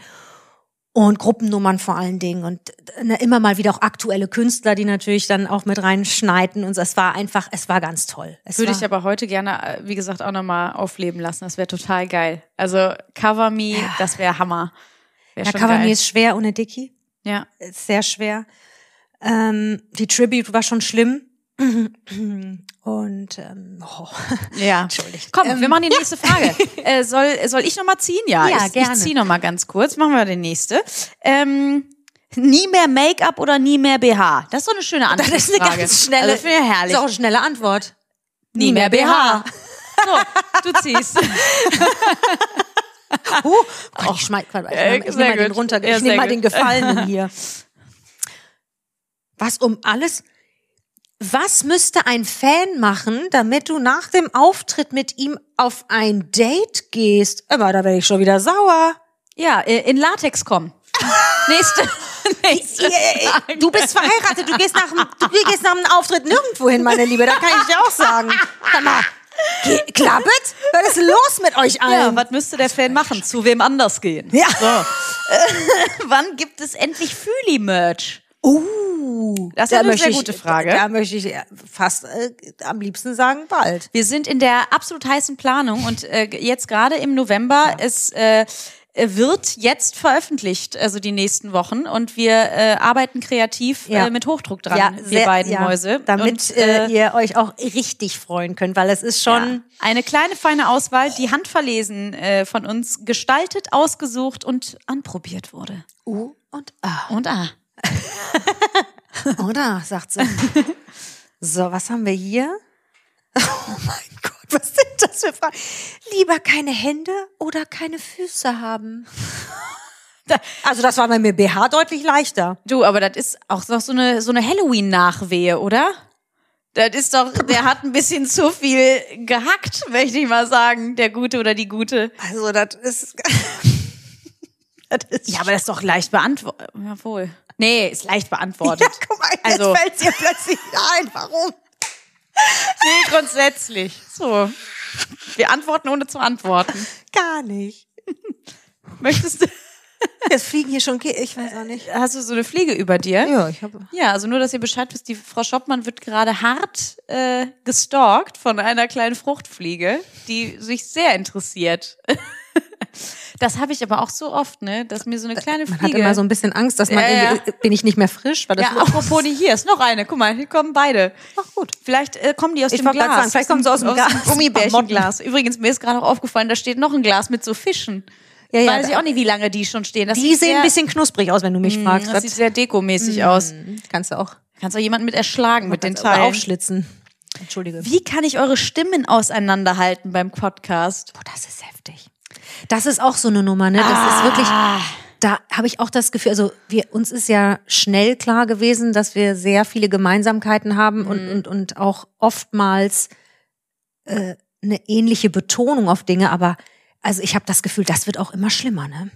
Speaker 4: Und Gruppennummern vor allen Dingen und ne, immer mal wieder auch aktuelle Künstler, die natürlich dann auch mit reinschneiden und so. es war einfach, es war ganz toll. Es
Speaker 3: würde
Speaker 4: war,
Speaker 3: ich aber heute gerne, äh, wie gesagt, auch nochmal aufleben lassen. Das wäre total geil. Also Cover Me, das wäre Hammer. Wär
Speaker 4: ja,
Speaker 3: schon
Speaker 4: Cover
Speaker 3: geil.
Speaker 4: Me ist schwer ohne Dicky.
Speaker 3: ja.
Speaker 4: ist sehr schwer. Ähm, die Tribute war schon schlimm. Und ähm, oh.
Speaker 3: Ja.
Speaker 4: Entschuldigt. Ähm,
Speaker 3: Komm, wir machen die nächste Frage. äh, soll, soll ich nochmal ziehen? Ja,
Speaker 4: Ja,
Speaker 3: ich,
Speaker 4: gerne.
Speaker 3: ich ziehe nochmal ganz kurz. Machen wir die nächste. Ähm, nie mehr Make-up oder nie mehr BH? Das ist so eine schöne Antwort.
Speaker 4: das ist eine ganz schnelle,
Speaker 3: Also, finde ich herrlich.
Speaker 4: Ist auch eine schnelle Antwort.
Speaker 3: Nie mehr BH. So, du ziehst.
Speaker 4: Uh, Gott, ich schmeiß, Gott, ich
Speaker 3: Äh,
Speaker 4: nehm- ich
Speaker 3: sehr
Speaker 4: nehme mal den
Speaker 3: gut.
Speaker 4: runter,
Speaker 3: Ja,
Speaker 4: ich nehme
Speaker 3: sehr
Speaker 4: mal
Speaker 3: gut.
Speaker 4: den Gefallenen hier. Was um alles? Was müsste ein Fan machen, damit du nach dem Auftritt mit ihm auf ein Date gehst? Aber da werde ich schon wieder sauer.
Speaker 3: Ja, äh, in Latex kommen. nächste. nächste.
Speaker 4: Äh, Du bist verheiratet, du gehst nach dem, du gehst nach einem Auftritt nirgendwo hin, meine Liebe. Da kann ich dir auch sagen. Sag mal, ge- klappert? Was ist los mit euch
Speaker 3: Ja,
Speaker 4: allen?
Speaker 3: was müsste der Fan machen? Zu wem anders gehen?
Speaker 4: Ja.
Speaker 3: Wann gibt es endlich Füli-Merch?
Speaker 4: Uh,
Speaker 3: Das ist
Speaker 4: da
Speaker 3: eine
Speaker 4: möchte
Speaker 3: sehr
Speaker 4: ich-
Speaker 3: gute Frage.
Speaker 4: Da, möchte ich fast äh, am liebsten sagen, bald.
Speaker 3: Wir sind in der absolut heißen Planung und äh, jetzt gerade im November es äh, wird jetzt veröffentlicht, also die nächsten Wochen und wir äh, arbeiten kreativ
Speaker 4: Ja.
Speaker 3: äh, mit Hochdruck dran, wir beiden Mäuse.
Speaker 4: Damit
Speaker 3: und,
Speaker 4: äh, ihr euch auch richtig freuen könnt, weil es ist schon.
Speaker 3: eine kleine feine Auswahl, die handverlesen äh, von uns gestaltet, ausgesucht und anprobiert wurde.
Speaker 4: U und A.
Speaker 3: Und ah,
Speaker 4: Oder? Sagt sie. so, was haben wir hier? Oh mein Gott, was sind das für Fragen? Lieber keine Hände oder keine Füße haben. Da- Also das war bei mir BH deutlich leichter.
Speaker 3: du, aber das ist auch noch so eine so eine Halloween Nachwehe, oder? Das ist doch, der hat ein bisschen zu viel gehackt, möchte ich mal sagen, der Gute oder die Gute.
Speaker 4: Also das ist... das ist
Speaker 3: Ja, aber das ist doch leicht beantwortet. Jawohl. Nee, ist leicht beantwortet.
Speaker 4: ja, guck mal, jetzt
Speaker 3: Also-
Speaker 4: fällt dir plötzlich ein. Warum?
Speaker 3: nee, grundsätzlich. So. Wir antworten ohne zu antworten.
Speaker 4: Gar nicht.
Speaker 3: Möchtest du.
Speaker 4: Jetzt fliegen hier schon... Ge- Ich weiß auch nicht.
Speaker 3: Hast du so eine Fliege über dir?
Speaker 4: Ja, ich habe...
Speaker 3: Ja, also nur, dass ihr Bescheid wisst, die Frau Schoppmann wird gerade hart äh, gestalkt von einer kleinen Fruchtfliege, die sich sehr interessiert. Das habe ich aber auch so oft, ne? Dass mir so eine kleine
Speaker 4: Man hat
Speaker 3: Fliege.
Speaker 4: immer so ein bisschen Angst, dass man
Speaker 3: Ja, ja.
Speaker 4: irgendwie... Bin ich nicht mehr frisch? War das
Speaker 3: ja, apropos, die hier ist noch eine. Guck mal, hier kommen beide.
Speaker 4: Ach gut.
Speaker 3: Vielleicht äh, kommen die aus
Speaker 4: Ich
Speaker 3: dem
Speaker 4: wollte
Speaker 3: Glas.
Speaker 4: gerade sagen, vielleicht kommen sie aus dem Glas.
Speaker 3: Gummibärchenglas. Übrigens, mir ist gerade auch aufgefallen, da steht noch ein Glas mit so Fischen.
Speaker 4: Ja, ja,
Speaker 3: Weiß ich
Speaker 4: da-
Speaker 3: auch nicht, wie lange die schon stehen. Das
Speaker 4: Die
Speaker 3: sieht
Speaker 4: sehen
Speaker 3: sehr,
Speaker 4: ein bisschen knusprig aus, wenn du mich fragst.
Speaker 3: Das sieht sehr dekomäßig aus.
Speaker 4: Kannst du auch
Speaker 3: Mhm, Kannst auch jemanden mit erschlagen mit den
Speaker 4: Kannst du aber
Speaker 3: Teilen.
Speaker 4: aufschlitzen. Entschuldige.
Speaker 3: Wie kann ich eure Stimmen auseinanderhalten beim Podcast?
Speaker 4: Boah, das ist heftig. Das ist auch so eine Nummer, ne? Das ist wirklich.
Speaker 3: Ah.
Speaker 4: Da habe ich auch das Gefühl, also wir uns ist ja schnell klar gewesen, dass wir sehr viele Gemeinsamkeiten haben
Speaker 3: Mhm.
Speaker 4: und, und, und auch oftmals äh, eine ähnliche Betonung auf Dinge, aber also ich habe das Gefühl, das wird auch immer schlimmer, ne?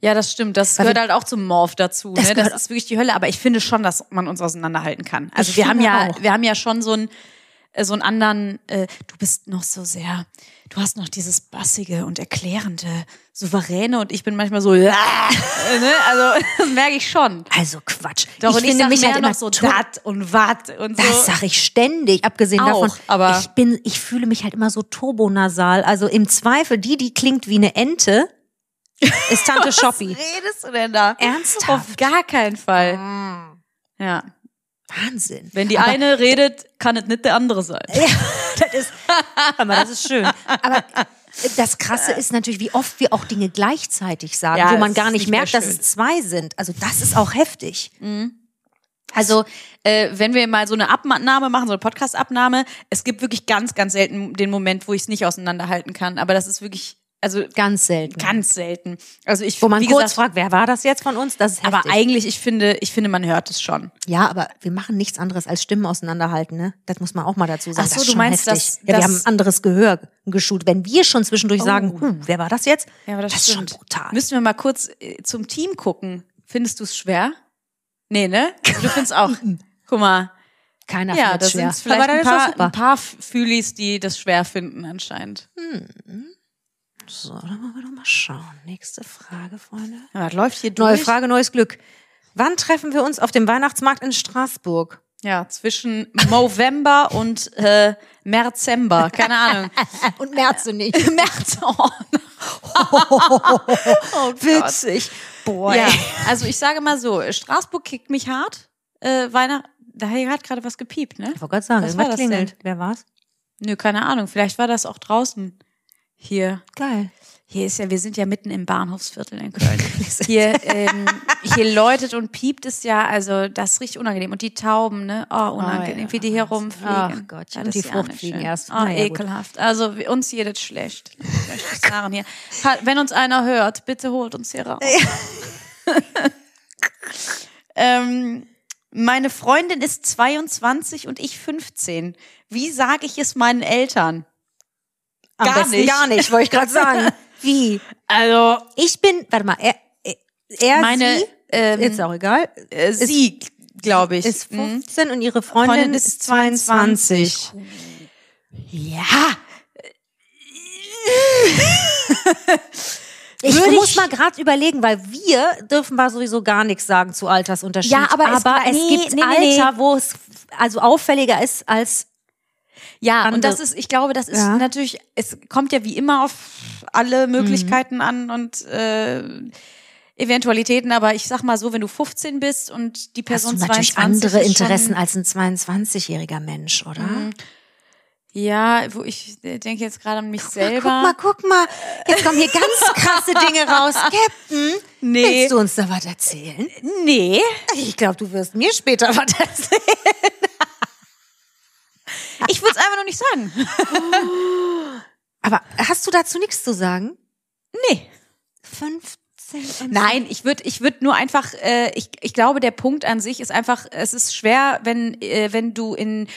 Speaker 3: Ja, das stimmt. Das
Speaker 4: Weil
Speaker 3: gehört
Speaker 4: wir-
Speaker 3: halt auch zum Morph dazu.
Speaker 4: Das
Speaker 3: Das, ne? das
Speaker 4: gehört-
Speaker 3: ist wirklich die Hölle. Aber ich finde schon, dass man uns auseinanderhalten kann. Also
Speaker 4: Ich
Speaker 3: wir haben
Speaker 4: finde
Speaker 3: ja,
Speaker 4: auch.
Speaker 3: wir haben ja schon so einen, äh, so einen anderen. Äh, du bist noch so sehr. Du hast noch dieses bassige und erklärende, souveräne und ich bin manchmal so. Ja, äh, ne? Also das merke ich schon.
Speaker 4: Also Quatsch.
Speaker 3: Doch, und ich
Speaker 4: finde
Speaker 3: sag
Speaker 4: mich
Speaker 3: mehr
Speaker 4: halt immer
Speaker 3: noch so
Speaker 4: tot-
Speaker 3: dat und wat und so.
Speaker 4: Das sage ich ständig, abgesehen
Speaker 3: Auch,
Speaker 4: davon.
Speaker 3: aber-
Speaker 4: ich bin, ich fühle mich halt immer so turbonasal. Also im Zweifel, die, die klingt wie eine Ente, ist Tante Shoppi.
Speaker 3: redest du denn da?
Speaker 4: Ernsthaft?
Speaker 3: Auf gar keinen Fall. Ja.
Speaker 4: Wahnsinn.
Speaker 3: Wenn die
Speaker 4: Mm. aber,
Speaker 3: eine redet, kann es nicht der andere sein.
Speaker 4: das ist, hör mal, das ist schön. Aber das Krasse ist natürlich, wie oft wir auch Dinge gleichzeitig sagen,
Speaker 3: Ja,
Speaker 4: wo
Speaker 3: das
Speaker 4: man gar
Speaker 3: ist
Speaker 4: nicht
Speaker 3: nicht mehr
Speaker 4: merkt, dass
Speaker 3: schön.
Speaker 4: es zwei sind. Also das ist auch heftig.
Speaker 3: Also, äh, wenn wir mal so eine Abnahme machen, so eine Podcast-Abnahme, es gibt wirklich ganz, ganz selten den Moment, wo ich es nicht auseinanderhalten kann. Aber das ist wirklich, also
Speaker 4: Ganz selten.
Speaker 3: ganz selten. Also ich,
Speaker 4: Wo man
Speaker 3: wie
Speaker 4: kurz
Speaker 3: gesagt,
Speaker 4: fragt, wer war das jetzt von uns? Das ist heftig.
Speaker 3: aber eigentlich, ich finde, ich finde, man hört es schon.
Speaker 4: ja, aber wir machen nichts anderes als Stimmen auseinanderhalten, ne? Das muss man auch mal dazu sagen.
Speaker 3: Ach so,
Speaker 4: das ist
Speaker 3: du
Speaker 4: schon
Speaker 3: meinst,
Speaker 4: heftig.
Speaker 3: dass-
Speaker 4: ja, wir
Speaker 3: dass-
Speaker 4: haben ein anderes Gehör geschult. Wenn wir schon zwischendurch sagen, huh, wer war das jetzt?
Speaker 3: Ja, aber das,
Speaker 4: ist schon
Speaker 3: stimmt.
Speaker 4: brutal.
Speaker 3: Müssen wir mal kurz äh, zum Team gucken. Findest du es schwer? Nee, ne? Du findest auch. Guck mal.
Speaker 4: Keiner
Speaker 3: Ja,
Speaker 4: findet
Speaker 3: da
Speaker 4: es schwer.
Speaker 3: sind vielleicht
Speaker 4: aber dann
Speaker 3: ein
Speaker 4: ist doch
Speaker 3: paar,
Speaker 4: super.
Speaker 3: ein paar Fühlis, die das schwer finden anscheinend.
Speaker 4: So, dann wollen wir doch mal schauen. Nächste Frage, Freunde.
Speaker 3: Ja, was läuft hier durch?
Speaker 4: Neue Frage, neues Glück. Wann treffen wir uns auf dem Weihnachtsmarkt in Straßburg?
Speaker 3: Ja, zwischen November und äh, Märzember. Keine Ahnung.
Speaker 4: Und März und nicht.
Speaker 3: Äh, März. Oh,
Speaker 4: Witzig. Boah.
Speaker 3: ja,
Speaker 4: Ja.
Speaker 3: also ich sage mal so, Straßburg kickt mich hart. Äh, Weihnacht, da hat gerade was gepiept, ne?
Speaker 4: Ich wollte gerade sagen,
Speaker 3: Was
Speaker 4: irgendwas
Speaker 3: war das
Speaker 4: klingelt. Wer war's?
Speaker 3: Nö, keine Ahnung. Vielleicht war das auch draußen. Hier.
Speaker 4: Geil.
Speaker 3: Hier ist ja, wir sind ja mitten im Bahnhofsviertel in Köln. Hier, ähm, hier läutet und piept es ja, also das ist richtig unangenehm. Und die Tauben, ne? Oh, unangenehm,
Speaker 4: Oh, ja.
Speaker 3: wie die hier rumfliegen.
Speaker 4: Ach Gottchen,
Speaker 3: Ja,
Speaker 4: und
Speaker 3: das
Speaker 4: die
Speaker 3: ist ja
Speaker 4: Frucht
Speaker 3: nicht
Speaker 4: fliegen
Speaker 3: schön.
Speaker 4: erst.
Speaker 3: Oh,
Speaker 4: Na ja, gut.
Speaker 3: ekelhaft. Also wir- uns jedes schlecht. Schlechtes Narren hier. Ha- Wenn uns einer hört, bitte holt uns hier raus. ähm, meine Freundin ist 22 und ich 15. Wie sage ich es meinen Eltern?
Speaker 4: Am
Speaker 3: Gar
Speaker 4: besten
Speaker 3: nicht.
Speaker 4: gar nicht, wollte ich gerade sagen. Wie?
Speaker 3: Also
Speaker 4: Ich bin, warte mal, er, er- er
Speaker 3: Meine,
Speaker 4: sie,
Speaker 3: ähm,
Speaker 4: ist auch egal,
Speaker 3: äh, sie, glaube ich.
Speaker 4: ist
Speaker 3: Mhm.
Speaker 4: 15 und ihre hm. Freundin,
Speaker 3: Freundin ist
Speaker 4: ist 22.
Speaker 3: Ja.
Speaker 4: Ich
Speaker 3: Würde
Speaker 4: muss
Speaker 3: ich-
Speaker 4: mal gerade überlegen, weil wir dürfen mal sowieso gar nichts sagen zu Altersunterschied.
Speaker 3: Ja, aber es-
Speaker 4: es,
Speaker 3: nee,
Speaker 4: gibt
Speaker 3: nee, nee,
Speaker 4: Alter, wo es also auffälliger ist als
Speaker 3: Ja,
Speaker 4: Andere-
Speaker 3: und das ist, ich glaube, das ist
Speaker 4: Ja. Mhm.
Speaker 3: natürlich, es kommt ja wie immer auf alle Möglichkeiten an und äh, Eventualitäten, aber ich sag mal so, wenn du 15 bist und die
Speaker 4: hast du
Speaker 3: Person
Speaker 4: natürlich
Speaker 3: 22
Speaker 4: andere
Speaker 3: ist schon-
Speaker 4: Interessen als ein 22-jähriger Mensch, oder?
Speaker 3: Ja, wo ich äh, denke jetzt gerade an mich selber.
Speaker 4: Guck mal, guck mal, jetzt kommen hier ganz krasse Dinge raus. Captain,
Speaker 3: nee,
Speaker 4: willst du uns da was erzählen?
Speaker 3: nee.
Speaker 4: Ich glaube, du wirst mir später was erzählen.
Speaker 3: Ich würde es einfach noch nicht sagen.
Speaker 4: Aber hast du dazu nichts zu sagen?
Speaker 3: Nee.
Speaker 4: 15 und
Speaker 3: Nein, ich würde ich würd nur einfach, äh, ich, ich glaube, der Punkt an sich ist einfach, es ist schwer, wenn, äh, wenn du in,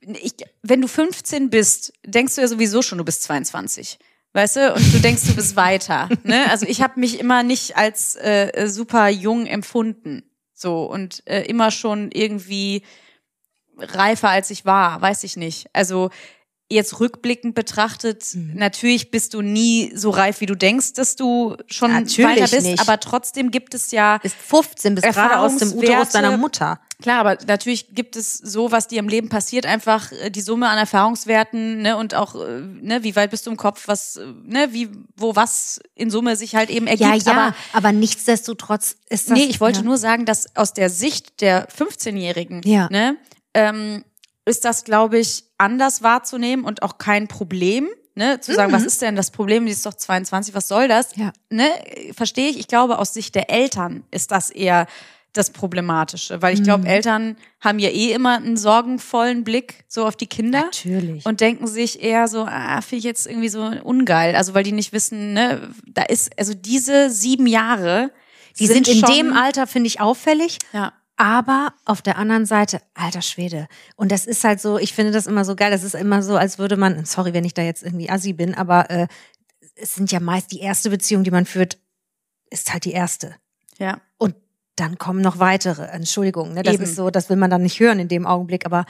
Speaker 3: ich, wenn du 15 bist, denkst du ja sowieso schon, du bist 22. Weißt du, und du denkst, du bist weiter. Ne? Also ich habe mich immer nicht als äh, äh, super jung empfunden. So, und äh, immer schon irgendwie reifer, als ich war, weiß ich nicht. Also jetzt rückblickend betrachtet,
Speaker 4: Mhm.
Speaker 3: natürlich bist du nie so reif, wie du denkst, dass du schon
Speaker 4: Natürlich
Speaker 3: weiter bist,
Speaker 4: nicht.
Speaker 3: aber trotzdem gibt es ja,
Speaker 4: bist 15, bist gerade aus dem Uterus
Speaker 3: Erfahrungswerte-
Speaker 4: deiner Mutter.
Speaker 3: klar, aber natürlich gibt es so, was dir im Leben passiert, einfach äh, die Summe an Erfahrungswerten, ne, und auch, äh, ne, wie weit bist du im Kopf, was, äh, ne, wie, wo was in Summe sich halt eben
Speaker 4: Ja,
Speaker 3: ergibt.
Speaker 4: ja,
Speaker 3: aber
Speaker 4: aber, nichtsdestotrotz ist das.
Speaker 3: nee, ich wollte
Speaker 4: ja.
Speaker 3: nur sagen, dass aus der Sicht der 15-Jährigen,
Speaker 4: Ja.
Speaker 3: ne, ähm, ist das, glaube ich, anders wahrzunehmen und auch kein Problem. Ne, zu sagen, was ist denn das Problem? Die ist doch 22, was soll das?
Speaker 4: Mhm. Ja.
Speaker 3: Ne, verstehe ich. Ich glaube, aus Sicht der Eltern ist das eher das Problematische, weil ich
Speaker 4: Mhm.
Speaker 3: glaube, Eltern haben ja eh immer einen sorgenvollen Blick so auf die Kinder
Speaker 4: Natürlich.
Speaker 3: und denken sich eher so, ah, finde ich jetzt irgendwie so ungeil. Also weil die nicht wissen, ne, da ist, also diese sieben Jahre,
Speaker 4: Die sind, in
Speaker 3: schon,
Speaker 4: dem Alter, finde ich, auffällig.
Speaker 3: Ja.
Speaker 4: Aber auf der anderen Seite, alter Schwede. Und das ist halt so, ich finde das immer so geil. Das ist immer so, als würde man, sorry, wenn ich da jetzt irgendwie assi bin, aber äh, es sind ja meist die erste Beziehung, die man führt, ist halt die erste.
Speaker 3: Ja.
Speaker 4: Und dann kommen noch weitere. Entschuldigung, ne? das
Speaker 3: Eben.
Speaker 4: ist so, das will man dann nicht hören in dem Augenblick, aber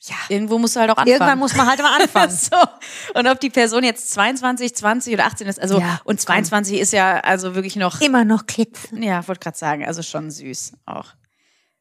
Speaker 4: ja,
Speaker 3: Irgendwo musst du halt auch anfangen.
Speaker 4: irgendwann muss man halt mal anfangen.
Speaker 3: so. Und ob die Person jetzt 22, 20 oder 18 ist, also
Speaker 4: Ja,
Speaker 3: und 22 ist ja also wirklich noch
Speaker 4: Immer noch klitzen.
Speaker 3: ja, wollte gerade sagen, also schon süß auch.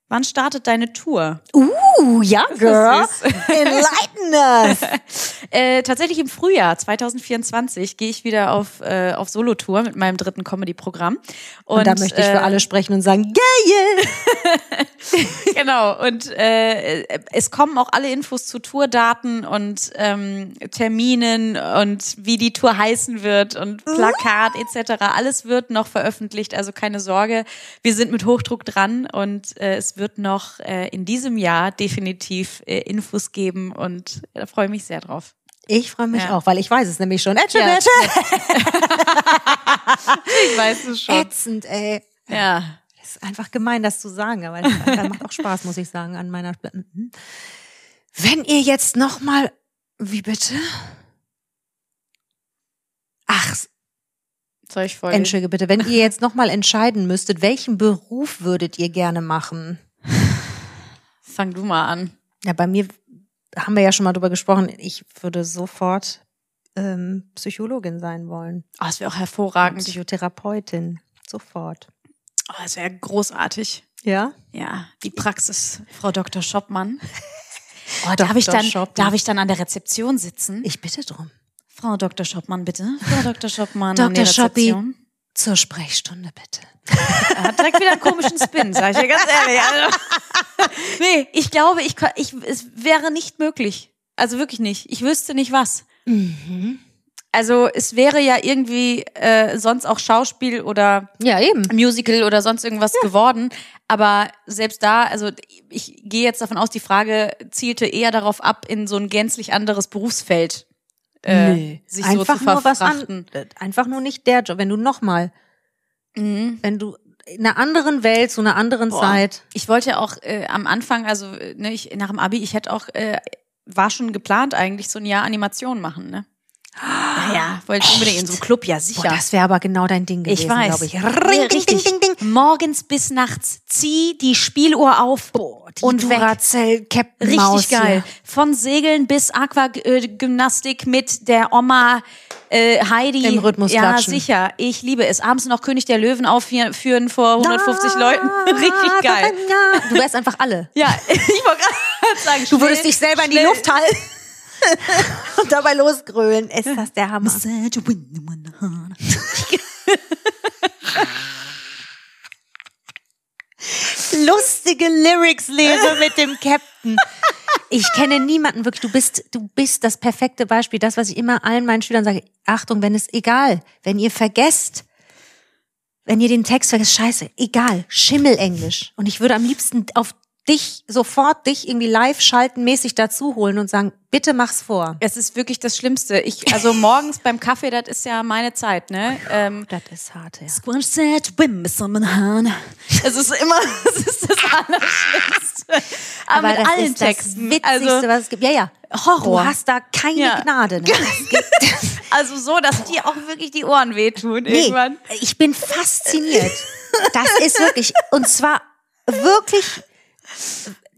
Speaker 3: Wann startet deine Tour?
Speaker 4: Uh, ja, Girl.
Speaker 3: süß.
Speaker 4: Enlighten us.
Speaker 3: Äh, tatsächlich im Frühjahr 2024 gehe ich wieder auf, äh, auf Solo-Tour mit meinem dritten Comedy-Programm.
Speaker 4: Und, da möchte ich
Speaker 3: äh,
Speaker 4: für alle sprechen und sagen, geil.
Speaker 3: genau. Und äh, es kommen auch alle Infos zu Tourdaten und ähm, Terminen und wie die Tour heißen wird und Plakat etc. Alles wird noch veröffentlicht, also keine Sorge. Wir sind mit Hochdruck dran und äh, es wird noch äh, in diesem Jahr definitiv äh, Infos geben und äh, da freue ich mich sehr drauf.
Speaker 4: Ich freue mich auch, weil ich weiß es nämlich schon. Ätchen,
Speaker 3: Ja.
Speaker 4: ätchen.
Speaker 3: Ich weiß es schon.
Speaker 4: Ätzend, ey.
Speaker 3: Ja.
Speaker 4: Das ist einfach gemein, das zu sagen, aber das, das macht auch Spaß, muss ich sagen, an meiner. Mhm. Wenn ihr jetzt noch mal, wie bitte? Ach,
Speaker 3: Soll ich folgen?
Speaker 4: entschuldige bitte, wenn ihr jetzt noch mal entscheiden müsstet, welchen Beruf würdet ihr gerne machen?
Speaker 3: Fang du mal an.
Speaker 4: Ja, bei mir haben wir ja schon mal drüber gesprochen. Ich würde sofort ähm, Psychologin sein wollen,
Speaker 3: Oh, das wäre auch hervorragend.
Speaker 4: Psychotherapeutin, sofort.
Speaker 3: Oh, das wäre großartig.
Speaker 4: Ja.
Speaker 3: Ja, die Praxis, Frau Dr. Schoppmann.
Speaker 4: Oh,
Speaker 3: Darf ich, dann,
Speaker 4: Schoppmann.
Speaker 3: darf ich dann an der Rezeption sitzen?
Speaker 4: Ich bitte drum.
Speaker 3: Frau Dr. Schoppmann, bitte. Frau Dr. Schoppmann.
Speaker 4: Dr.
Speaker 3: an der
Speaker 4: Schoppi.
Speaker 3: Rezeption.
Speaker 4: Zur Sprechstunde bitte.
Speaker 3: Er hat direkt wieder einen komischen Spin, sag ich dir ganz ehrlich. Also, nee, ich glaube, ich, kann- ich, es wäre nicht möglich. Also wirklich nicht. Ich wüsste nicht was. Also es wäre ja irgendwie äh, sonst auch Schauspiel oder
Speaker 4: Ja, eben.
Speaker 3: Musical oder sonst irgendwas geworden. Aber selbst da, also ich gehe jetzt davon aus, die Frage zielte eher darauf ab, in so ein gänzlich anderes Berufsfeld äh,
Speaker 4: Nö.
Speaker 3: sich
Speaker 4: einfach
Speaker 3: so zu
Speaker 4: nur was
Speaker 3: verfrachten.
Speaker 4: an, äh, einfach nur nicht der Job. Wenn du nochmal,
Speaker 3: Mhm.
Speaker 4: wenn du in einer anderen Welt zu einer anderen
Speaker 3: Boah.
Speaker 4: Zeit.
Speaker 3: Ich wollte ja auch äh, am Anfang, also äh, ne, ich, nach dem Abi, ich hätte auch, äh, war schon geplant eigentlich, so ein Jahr Animation machen, ne? Ja, ja, wollte ich unbedingt in so einem Club, ja sicher.
Speaker 4: Boah, das wäre aber genau dein Ding gewesen,
Speaker 3: ich weiß.
Speaker 4: glaube ich.
Speaker 3: Ja,
Speaker 4: Ring, ding, ding,
Speaker 3: richtig.
Speaker 4: ding, ding.
Speaker 3: Morgens bis nachts, zieh die Spieluhr auf
Speaker 4: Und
Speaker 3: und weg.
Speaker 4: Duracell Captain
Speaker 3: Richtig
Speaker 4: Maus
Speaker 3: geil. Von Segeln bis Aquagymnastik mit der Oma äh, Heidi.
Speaker 4: Im Rhythmus
Speaker 3: Ja,
Speaker 4: klatschen.
Speaker 3: sicher. Ich liebe es. Abends noch König der Löwen aufführen vor
Speaker 4: Hier.
Speaker 3: 150 Leuten.
Speaker 4: Da,
Speaker 3: Richtig
Speaker 4: da,
Speaker 3: geil.
Speaker 4: da, da. Ah, Du wärst einfach alle.
Speaker 3: Ja, ich wollte gerade sagen,
Speaker 4: Du würdest dich selber in die Luft halten und dabei losgrölen. Ist das der Hammer? Lustige Lyrics lese mit dem Captain. Ich kenne niemanden wirklich. Du bist, du bist das perfekte Beispiel. Das, was ich immer allen meinen Schülern sage. Achtung, wenn es egal, wenn ihr vergesst, wenn ihr den Text vergesst, scheiße, egal, Schimmelenglisch. Und ich würde am liebsten auf dich, sofort dich irgendwie live schalten, mäßig dazu holen und sagen, bitte mach's vor.
Speaker 3: Es ist wirklich das Schlimmste. Ich, also morgens beim Kaffee, das ist ja meine Zeit, ne? Ähm,
Speaker 4: Das ist hart, ja.
Speaker 3: Squash set, wim, Hahn. Es ist immer, es ist das Allerschlimmste. Aber, mit
Speaker 4: das
Speaker 3: allen
Speaker 4: ist
Speaker 3: Texten.
Speaker 4: das Witzigste,
Speaker 3: also,
Speaker 4: was es gibt. Ja, ja.
Speaker 3: Horror.
Speaker 4: Du hast da keine
Speaker 3: Ja.
Speaker 4: Gnade. Ne?
Speaker 3: also so, dass dir auch wirklich die Ohren wehtun
Speaker 4: Nee,
Speaker 3: irgendwann.
Speaker 4: ich bin fasziniert. Das ist wirklich, und zwar wirklich,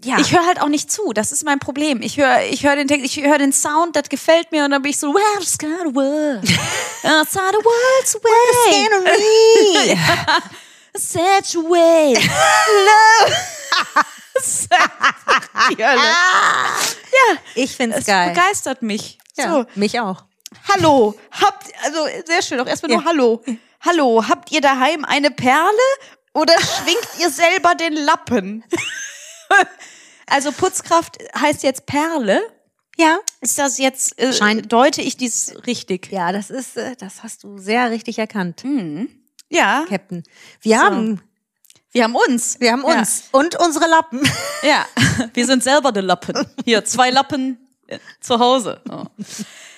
Speaker 4: ja.
Speaker 3: Ich höre halt auch nicht zu, das ist mein Problem. Ich höre ich hör den Text, ich höre den Sound, das gefällt mir und dann bin ich so, where's the world? Outside the world's way.
Speaker 4: Scenery.
Speaker 3: Such a way. Hölle.
Speaker 4: Ah. ich find's
Speaker 3: Es
Speaker 4: geil.
Speaker 3: begeistert mich.
Speaker 4: Ja,
Speaker 3: So.
Speaker 4: Mich auch.
Speaker 3: Hallo, habt, also sehr schön, auch erstmal nur Hallo. Hallo, habt ihr daheim eine Perle oder schwingt ihr selber den Lappen? also Putzkraft heißt jetzt Perle.
Speaker 4: Ja.
Speaker 3: Ist das jetzt, äh,
Speaker 4: Scheint-
Speaker 3: deute ich dies richtig?
Speaker 4: Ja, das ist, äh, das hast du sehr richtig erkannt,
Speaker 3: Mhm. Ja,
Speaker 4: Captain. Wir haben,
Speaker 3: wir haben uns.
Speaker 4: wir haben uns und unsere Lappen.
Speaker 3: Ja, wir sind selber die Lappen. Hier, zwei Lappen äh, zu Hause. Oh.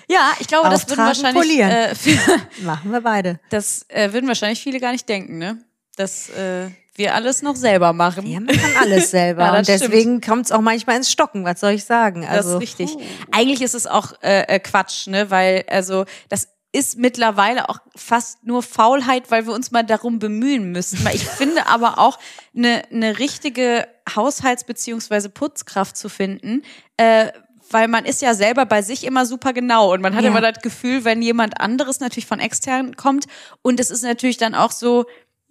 Speaker 3: Ja, ich glaube, das würden
Speaker 4: Auftragen,
Speaker 3: wahrscheinlich,
Speaker 4: polieren.
Speaker 3: äh, für,
Speaker 4: Machen wir beide.
Speaker 3: das äh, würden wahrscheinlich viele gar nicht denken, ne? Dass äh, wir alles noch selber machen.
Speaker 4: Wir machen alles selber.
Speaker 3: Ja, das
Speaker 4: und deswegen kommt's auch manchmal ins Stocken, was soll ich sagen?
Speaker 3: Das
Speaker 4: Also,
Speaker 3: ist richtig. Eigentlich ist es auch äh, äh, Quatsch, ne? Weil, also, das ist mittlerweile auch fast nur Faulheit, weil wir uns mal darum bemühen müssen. Weil ich finde aber auch, eine ne richtige Haushalts- beziehungsweise Putzkraft zu finden, äh, weil man ist ja selber bei sich immer super genau und man hat
Speaker 4: Ja.
Speaker 3: immer das Gefühl, wenn jemand anderes natürlich von extern kommt und es ist natürlich dann auch so,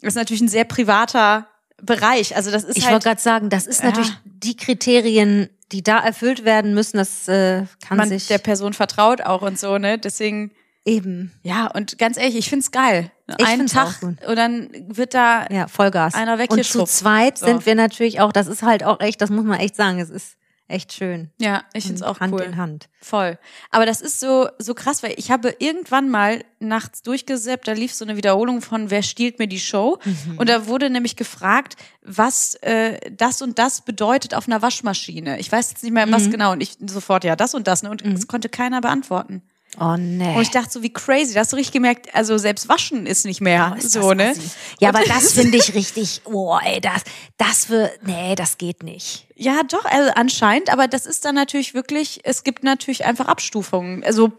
Speaker 3: das ist natürlich ein sehr privater Bereich. Also das ist
Speaker 4: Ich
Speaker 3: halt
Speaker 4: wollte gerade sagen, das ist
Speaker 3: Ja.
Speaker 4: natürlich die Kriterien, die da erfüllt werden müssen. Das äh, kann
Speaker 3: man
Speaker 4: sich.
Speaker 3: der Person vertraut auch und so, ne? Deswegen
Speaker 4: Eben.
Speaker 3: Ja, und ganz ehrlich, ich find's geil.
Speaker 4: Ich
Speaker 3: Einen
Speaker 4: find's
Speaker 3: Tag
Speaker 4: auch gut.
Speaker 3: und dann wird da
Speaker 4: Ja, Vollgas.
Speaker 3: Einer weg,
Speaker 4: Und
Speaker 3: hier
Speaker 4: zu
Speaker 3: schwupp.
Speaker 4: zweit
Speaker 3: So.
Speaker 4: sind wir natürlich auch, das ist halt auch echt, das muss man echt sagen, es ist echt schön.
Speaker 3: Ja, ich find's auch
Speaker 4: Hand
Speaker 3: cool.
Speaker 4: in Hand.
Speaker 3: Voll. Aber das ist so, so krass, weil ich habe irgendwann mal nachts durchgesäppt, da lief so eine Wiederholung von Wer stiehlt mir die Show?
Speaker 4: Mhm.
Speaker 3: Und da wurde nämlich gefragt, was äh, das und das bedeutet auf einer Waschmaschine. Ich weiß jetzt nicht mehr,
Speaker 4: Mhm.
Speaker 3: was genau. Und ich sofort, ja, das und das. Ne? Und das konnte keiner beantworten.
Speaker 4: Oh nee.
Speaker 3: Und ich dachte so, wie crazy. Da hast du richtig gemerkt, also selbst Waschen ist nicht mehr
Speaker 4: ist
Speaker 3: so,
Speaker 4: das
Speaker 3: ne?
Speaker 4: assi. Ja,
Speaker 3: Und
Speaker 4: aber das finde ich richtig, oh ey, das, das wird, nee, das geht nicht.
Speaker 3: Ja, doch, also anscheinend, aber das ist dann natürlich wirklich, es gibt natürlich einfach Abstufungen. Also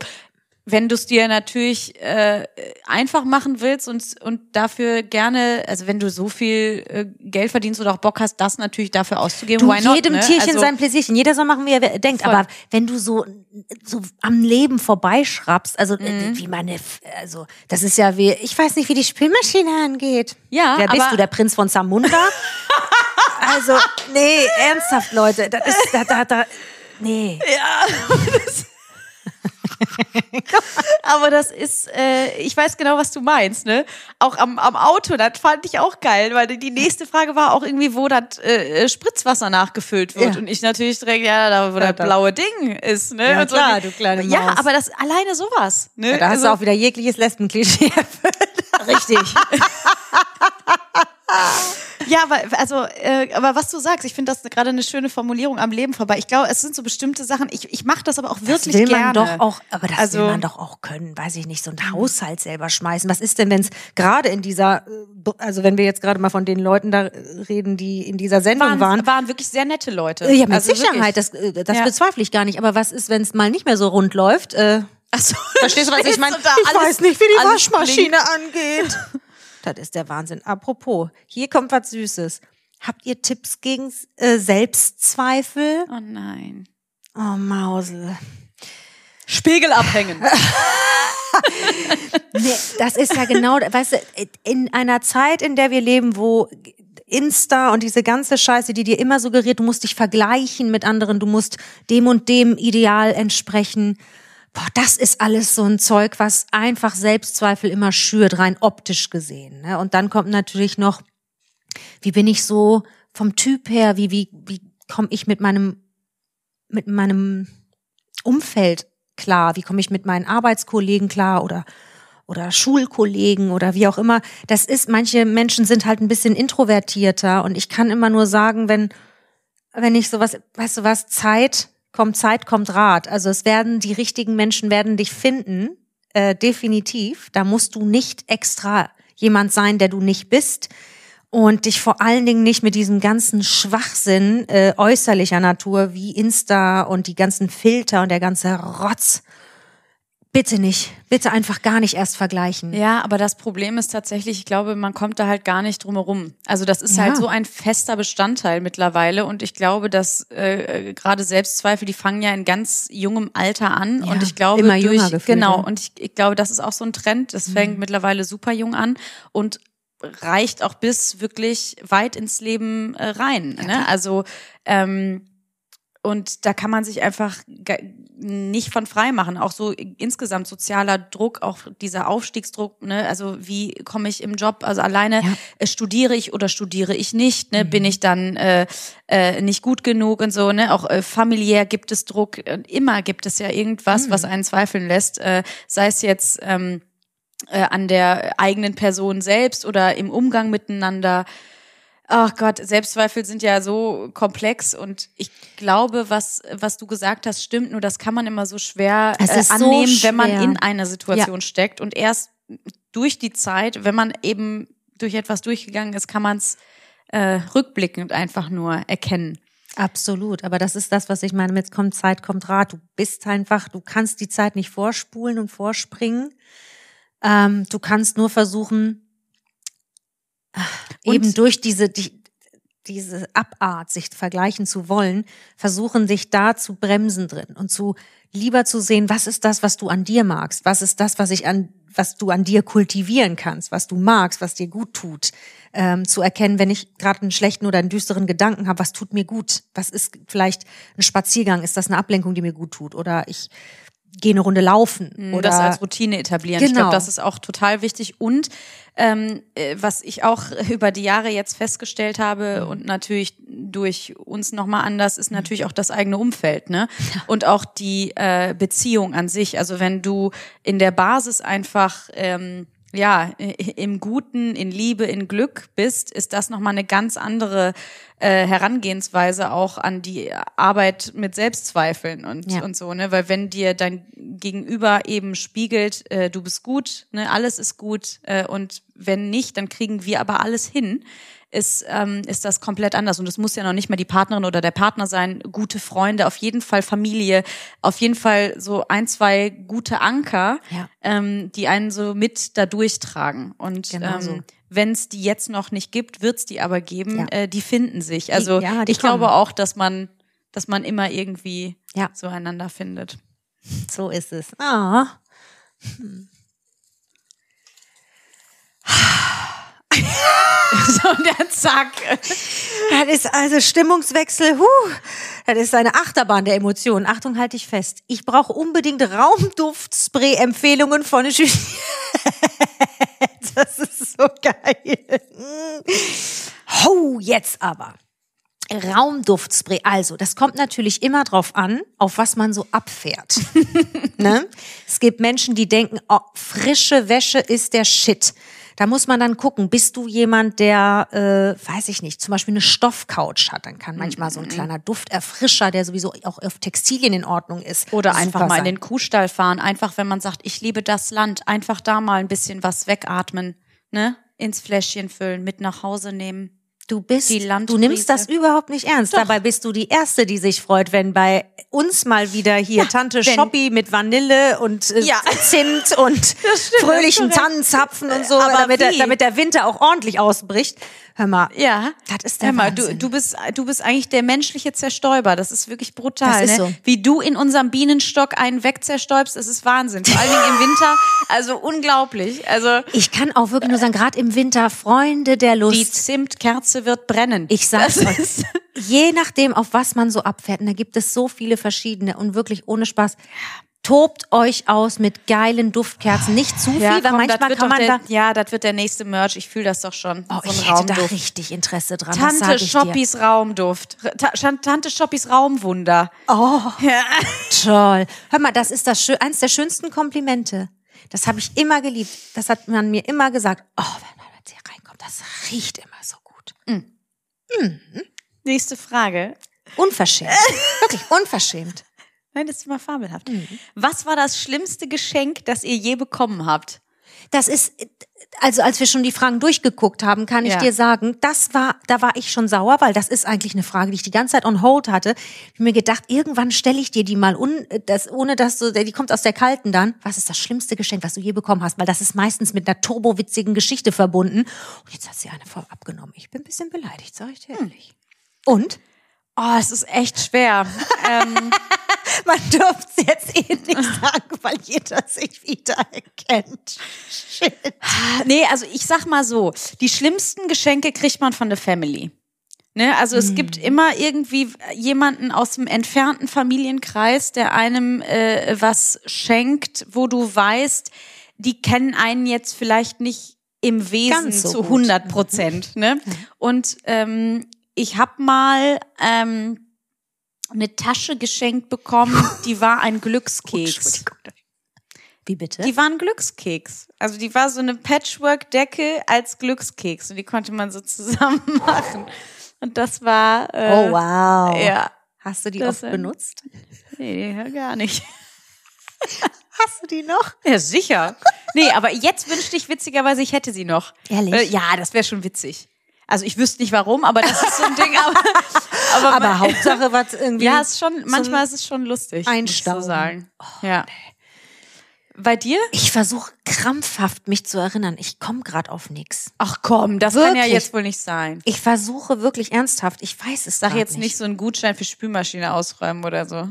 Speaker 3: wenn du es dir natürlich äh, einfach machen willst und, und dafür gerne, also wenn du so viel äh, Geld verdienst oder auch Bock hast, das natürlich dafür auszugeben,
Speaker 4: Du,
Speaker 3: why not,
Speaker 4: jedem
Speaker 3: ne?
Speaker 4: Tierchen
Speaker 3: also,
Speaker 4: sein Pläsierchen. Jeder soll machen, wie er denkt. Aber wenn du so, so am Leben vorbeischrappst, also äh,
Speaker 3: Mhm.
Speaker 4: wie man, eine F- also das ist ja wie, ich weiß nicht, wie die Spülmaschine angeht.
Speaker 3: Ja,
Speaker 4: Wer bist
Speaker 3: aber-
Speaker 4: du, der Prinz von Zamunda? also, nee, ernsthaft, Leute. Das ist, da, da, da, nee.
Speaker 3: Aber das ist, äh, ich weiß genau, was du meinst, ne? Auch am, am Auto, das fand ich auch geil, weil die nächste Frage war auch irgendwie, wo das äh, Spritzwasser nachgefüllt wird.
Speaker 4: Ja.
Speaker 3: Und ich natürlich direkt, ja, da, wo das
Speaker 4: da.
Speaker 3: blaue Ding ist, ne?
Speaker 4: Ja,
Speaker 3: und
Speaker 4: klar, du kleine
Speaker 3: Ja,
Speaker 4: Maus.
Speaker 3: aber das alleine sowas, ne?
Speaker 4: Da hast du auch wieder jegliches Lesbenklischee. Richtig.
Speaker 3: Ja, aber, also, äh, aber was du sagst, ich finde das gerade eine schöne Formulierung am Leben vorbei. Ich glaube, es sind so bestimmte Sachen. Ich, ich mache das aber auch wirklich
Speaker 4: will
Speaker 3: gerne.
Speaker 4: man doch auch, aber das
Speaker 3: Also- Mhm.
Speaker 4: will man doch auch können, weiß ich nicht, so einen Haushalt selber schmeißen. Was ist denn, wenn es gerade in dieser, äh, also wenn wir jetzt gerade mal von den Leuten da äh, reden, die in dieser Sendung
Speaker 3: waren,
Speaker 4: waren.
Speaker 3: waren, wirklich sehr nette Leute.
Speaker 4: ja, mit
Speaker 3: Also
Speaker 4: Sicherheit,
Speaker 3: wirklich.
Speaker 4: das, äh, das
Speaker 3: Ja.
Speaker 4: bezweifle ich gar nicht. Aber was ist, wenn es mal nicht mehr so rund läuft? Äh,
Speaker 3: Ach so,
Speaker 4: verstehst du, was ich
Speaker 3: stehst
Speaker 4: meine?
Speaker 3: du da,
Speaker 4: Ich
Speaker 3: alles-
Speaker 4: weiß nicht, wie die
Speaker 3: alles
Speaker 4: Waschmaschine angeht. das ist der Wahnsinn. Apropos, hier kommt was Süßes. Habt ihr Tipps gegen äh, Selbstzweifel?
Speaker 3: Oh nein.
Speaker 4: Oh, Mausel.
Speaker 3: Spiegel abhängen.
Speaker 4: Nee, das ist ja genau, weißt du, in einer Zeit, in der wir leben, wo Insta und diese ganze Scheiße, die dir immer suggeriert, du musst dich vergleichen mit anderen, du musst dem und dem Ideal entsprechen. Boah, das ist alles so ein Zeug, was einfach Selbstzweifel immer schürt, rein optisch gesehen. Ne? Und dann kommt natürlich noch, wie bin ich so vom Typ her, wie, wie, wie komme ich mit meinem, mit meinem Umfeld klar, wie komme ich mit meinen Arbeitskollegen klar oder oder Schulkollegen oder wie auch immer. Das ist, manche Menschen sind halt ein bisschen introvertierter und ich kann immer nur sagen, wenn, wenn ich sowas, weißt du was, Zeit kommt Zeit, kommt Rat. Also es werden, die richtigen Menschen werden dich finden, äh, definitiv. Da musst du nicht extra jemand sein, der du nicht bist. Und dich vor allen Dingen nicht mit diesem ganzen Schwachsinn äh, äußerlicher Natur wie Insta und die ganzen Filter und der ganze Rotz. Bitte nicht. Bitte einfach gar nicht erst vergleichen.
Speaker 3: Ja, aber das Problem ist tatsächlich, ich glaube, man kommt da halt gar nicht drum herum. Also das ist halt so ein fester Bestandteil mittlerweile und ich glaube, dass äh, gerade Selbstzweifel, die fangen ja in ganz jungem Alter an und ich glaube
Speaker 4: immer
Speaker 3: durch
Speaker 4: jünger gefühlt, ne? Mhm.
Speaker 3: genau
Speaker 4: ja.
Speaker 3: und ich, ich glaube, das ist auch so ein Trend, das fängt mittlerweile super jung an und reicht auch bis wirklich weit ins Leben äh, rein, ne? Also ähm, und da kann man sich einfach ge- nicht von frei machen. Auch so insgesamt sozialer Druck, auch dieser Aufstiegsdruck, ne? Also wie komme ich im Job? Also alleine äh, studiere ich oder studiere ich nicht, ne? Bin ich dann äh, äh, nicht gut genug und so, ne? Auch äh, familiär gibt es Druck. Äh, Immer gibt es ja irgendwas, was einen zweifeln lässt. Äh, sei es jetzt ähm, äh, an der eigenen Person selbst oder im Umgang miteinander. Ach Gott, Selbstzweifel sind ja so komplex und ich glaube, was, was du gesagt hast, stimmt, nur das kann man immer so schwer
Speaker 4: Es
Speaker 3: äh,
Speaker 4: ist so
Speaker 3: annehmen, wenn man
Speaker 4: schwer.
Speaker 3: in einer Situation steckt und erst durch die Zeit, wenn man eben durch etwas durchgegangen ist, kann man es äh, rückblickend einfach nur erkennen.
Speaker 4: Absolut, aber das ist das, was ich meine. Jetzt kommt Zeit, kommt Rat. Du bist einfach, du kannst die Zeit nicht vorspulen und vorspringen. Ähm, du kannst nur versuchen, äh,
Speaker 3: Und-
Speaker 4: eben durch diese, die, diese Abart, sich vergleichen zu wollen, versuchen, sich da zu bremsen drin und zu lieber zu sehen, was ist das, was du an dir magst? Was ist das, was ich an, was du an dir kultivieren kannst, was du magst, was dir gut tut? Ähm, zu erkennen, wenn ich gerade einen schlechten oder einen düsteren Gedanken habe, was tut mir gut? Was ist vielleicht ein Spaziergang? Ist das eine Ablenkung, die mir gut tut? Oder ich geh eine Runde laufen oder
Speaker 3: das Mhm. als Routine etablieren. Ich
Speaker 4: Genau.
Speaker 3: glaube, das ist auch total wichtig. Und ähm, äh, was ich auch über die Jahre jetzt festgestellt habe und natürlich durch uns nochmal anders, ist natürlich auch das eigene Umfeld, ne? Und auch die äh, Beziehung an sich. Also wenn du in der Basis einfach ähm, ja, i- im Guten, in Liebe, in Glück bist, ist das nochmal eine ganz andere äh, Herangehensweise auch an die Arbeit mit Selbstzweifeln und,
Speaker 4: Ja.
Speaker 3: und so, ne? Weil wenn dir dein Gegenüber eben spiegelt, äh, du bist gut, ne, alles ist gut, äh, und wenn nicht, dann kriegen wir aber alles hin, ist, ähm, ist das komplett anders. Und es muss ja noch nicht mal die Partnerin oder der Partner sein, gute Freunde, auf jeden Fall Familie, auf jeden Fall so ein, zwei gute Anker,
Speaker 4: Ja.
Speaker 3: ähm, die einen so mit da durchtragen. Und
Speaker 4: Genau so.
Speaker 3: ähm, wenn es die jetzt noch nicht gibt, wird es die aber geben.
Speaker 4: Ja.
Speaker 3: Äh, die finden sich. Also
Speaker 4: ja, die
Speaker 3: ich glaube
Speaker 4: kommen.
Speaker 3: auch, dass man, dass man immer irgendwie
Speaker 4: Ja.
Speaker 3: so einander findet.
Speaker 4: So ist es. Ah.
Speaker 3: so, und der Zack.
Speaker 4: Das ist also Stimmungswechsel. Huh. Das ist eine Achterbahn der Emotionen. Achtung, halte ich fest. Ich brauche unbedingt Raumduftspray-Empfehlungen von Juliette. Das ist so geil. Mm. Ho, jetzt aber. Raumduftspray. Also, das kommt natürlich immer drauf an, auf was man so abfährt. ne? Es gibt Menschen, die denken, oh, frische Wäsche ist der Shit. Da muss man dann gucken, bist du jemand, der, äh, weiß ich nicht, zum Beispiel eine Stoffcouch hat, dann kann manchmal
Speaker 3: Mhm.
Speaker 4: so ein kleiner Dufterfrischer, der sowieso auch auf Textilien in Ordnung ist.
Speaker 3: Oder
Speaker 4: super
Speaker 3: einfach mal in
Speaker 4: sein.
Speaker 3: den Kuhstall fahren. Einfach, wenn man sagt, ich liebe das Land, einfach da mal ein bisschen was wegatmen, ne? Ins Fläschchen füllen, mit nach Hause nehmen.
Speaker 4: Du bist,
Speaker 3: Die
Speaker 4: du nimmst das überhaupt nicht ernst. Dabei bist du die Erste, die sich freut, wenn bei uns mal wieder hier Tante
Speaker 3: wenn-
Speaker 4: Schoppi mit Vanille und äh,
Speaker 3: Ja.
Speaker 4: Zimt und fröhlichen Tannenzapfen und so,
Speaker 3: Aber
Speaker 4: damit der,
Speaker 3: wie?
Speaker 4: damit der Winter auch ordentlich ausbricht. Hör mal,
Speaker 3: Ja.
Speaker 4: das ist der
Speaker 3: Hör mal, du,
Speaker 4: Wahnsinn.
Speaker 3: du, bist, du bist eigentlich der menschliche Zerstäuber. Das ist wirklich brutal.
Speaker 4: Das ist
Speaker 3: ne?
Speaker 4: so.
Speaker 3: Wie du in unserem Bienenstock einen wegzerstäubst, das ist Wahnsinn. Vor allen Dingen im Winter. Also unglaublich. Also
Speaker 4: ich kann auch wirklich nur sagen,
Speaker 3: Äh.
Speaker 4: gerade im Winter, Freunde der Lust.
Speaker 3: die Zimtkerze wird brennen.
Speaker 4: Ich sag's
Speaker 3: Das
Speaker 4: euch.
Speaker 3: ist-
Speaker 4: Je nachdem, auf was man so abfährt, und da gibt es so viele verschiedene und wirklich ohne Spaß. Tobt euch aus mit geilen Duftkerzen. Nicht zu viel,
Speaker 3: Ja,
Speaker 4: weil
Speaker 3: komm, das
Speaker 4: manchmal
Speaker 3: wird
Speaker 4: kann
Speaker 3: doch
Speaker 4: man
Speaker 3: der,
Speaker 4: da.
Speaker 3: ja, das wird der nächste Merch. Ich fühle das doch schon.
Speaker 4: Oh,
Speaker 3: so ein
Speaker 4: ich hätte da
Speaker 3: Raumduft.
Speaker 4: richtig Interesse dran. das sag
Speaker 3: Tante
Speaker 4: ich dir.
Speaker 3: Schoppis Raumduft. Ta Schan- Tante Schoppis Raumwunder.
Speaker 4: Toll. Hör mal, das ist das schön, eins der schönsten Komplimente. Das habe ich immer geliebt. Das hat man mir immer gesagt. Oh, wenn man mit dir reinkommt, das riecht immer so gut.
Speaker 3: Nächste Frage.
Speaker 4: Unverschämt. Wirklich unverschämt.
Speaker 3: Nein, das ist immer fabelhaft. Mhm. Was war das schlimmste Geschenk, das ihr je bekommen habt?
Speaker 4: Das ist, also als wir schon die Fragen durchgeguckt haben, kann ich
Speaker 3: Ja.
Speaker 4: dir sagen, das war, da war ich schon sauer, weil das ist eigentlich eine Frage, die ich die ganze Zeit on hold hatte. Ich hab mir gedacht, irgendwann stelle ich dir die mal un, das, ohne dass du, die kommt aus der Kalten dann. Was ist das schlimmste Geschenk, was du je bekommen hast? Weil das ist meistens mit einer turbowitzigen Geschichte verbunden. Und jetzt hat sie eine voll abgenommen. Ich bin ein bisschen beleidigt, sag ich dir ehrlich. Und?
Speaker 3: Oh, es ist echt schwer. ähm,
Speaker 4: Man dürfte es jetzt eh nicht sagen, weil jeder sich wiedererkennt. Shit.
Speaker 3: nee, also ich sag mal so, die schlimmsten Geschenke kriegt man von der Family. Ne? Also es gibt
Speaker 4: Mhm.
Speaker 3: immer irgendwie jemanden aus dem entfernten Familienkreis, der einem äh, was schenkt, wo du weißt, die kennen einen jetzt vielleicht nicht im Wesen
Speaker 4: Ganz so
Speaker 3: zu
Speaker 4: gut.
Speaker 3: 100 Prozent. Ne? Und ähm, ich hab mal ähm, eine Tasche geschenkt bekommen, die war ein Glückskeks.
Speaker 4: Wie bitte?
Speaker 3: Die waren Glückskeks. Also die war so eine Patchwork-Decke als Glückskeks. Und die konnte man so zusammen machen. Und das war. Äh,
Speaker 4: oh wow.
Speaker 3: Ja.
Speaker 4: Hast du die
Speaker 3: Das,
Speaker 4: oft
Speaker 3: ähm,
Speaker 4: benutzt?
Speaker 3: Nee, ja, gar nicht.
Speaker 4: Hast du die noch?
Speaker 3: Ja, sicher. Nee, aber jetzt wünschte ich witzigerweise, ich hätte sie noch.
Speaker 4: Ehrlich?
Speaker 3: Äh, ja, das wäre schon witzig. Also ich wüsste nicht warum, aber das ist so ein Ding. Aber, aber,
Speaker 4: Aber
Speaker 3: man-
Speaker 4: Hauptsache was irgendwie.
Speaker 3: Ja, ist schon, Oh,
Speaker 4: so
Speaker 3: manchmal
Speaker 4: ein-
Speaker 3: ist es schon lustig.
Speaker 4: Einstauben.
Speaker 3: Muss ich so sagen. ja. Bei dir?
Speaker 4: ich versuche krampfhaft mich zu erinnern. Ich komme gerade auf nichts.
Speaker 3: Ach komm, das kann ja
Speaker 4: Wirklich?
Speaker 3: jetzt wohl nicht sein.
Speaker 4: Ich versuche wirklich ernsthaft. Ich weiß es
Speaker 3: Sag
Speaker 4: grad
Speaker 3: jetzt nicht so einen Gutschein für Spülmaschine ausräumen oder so.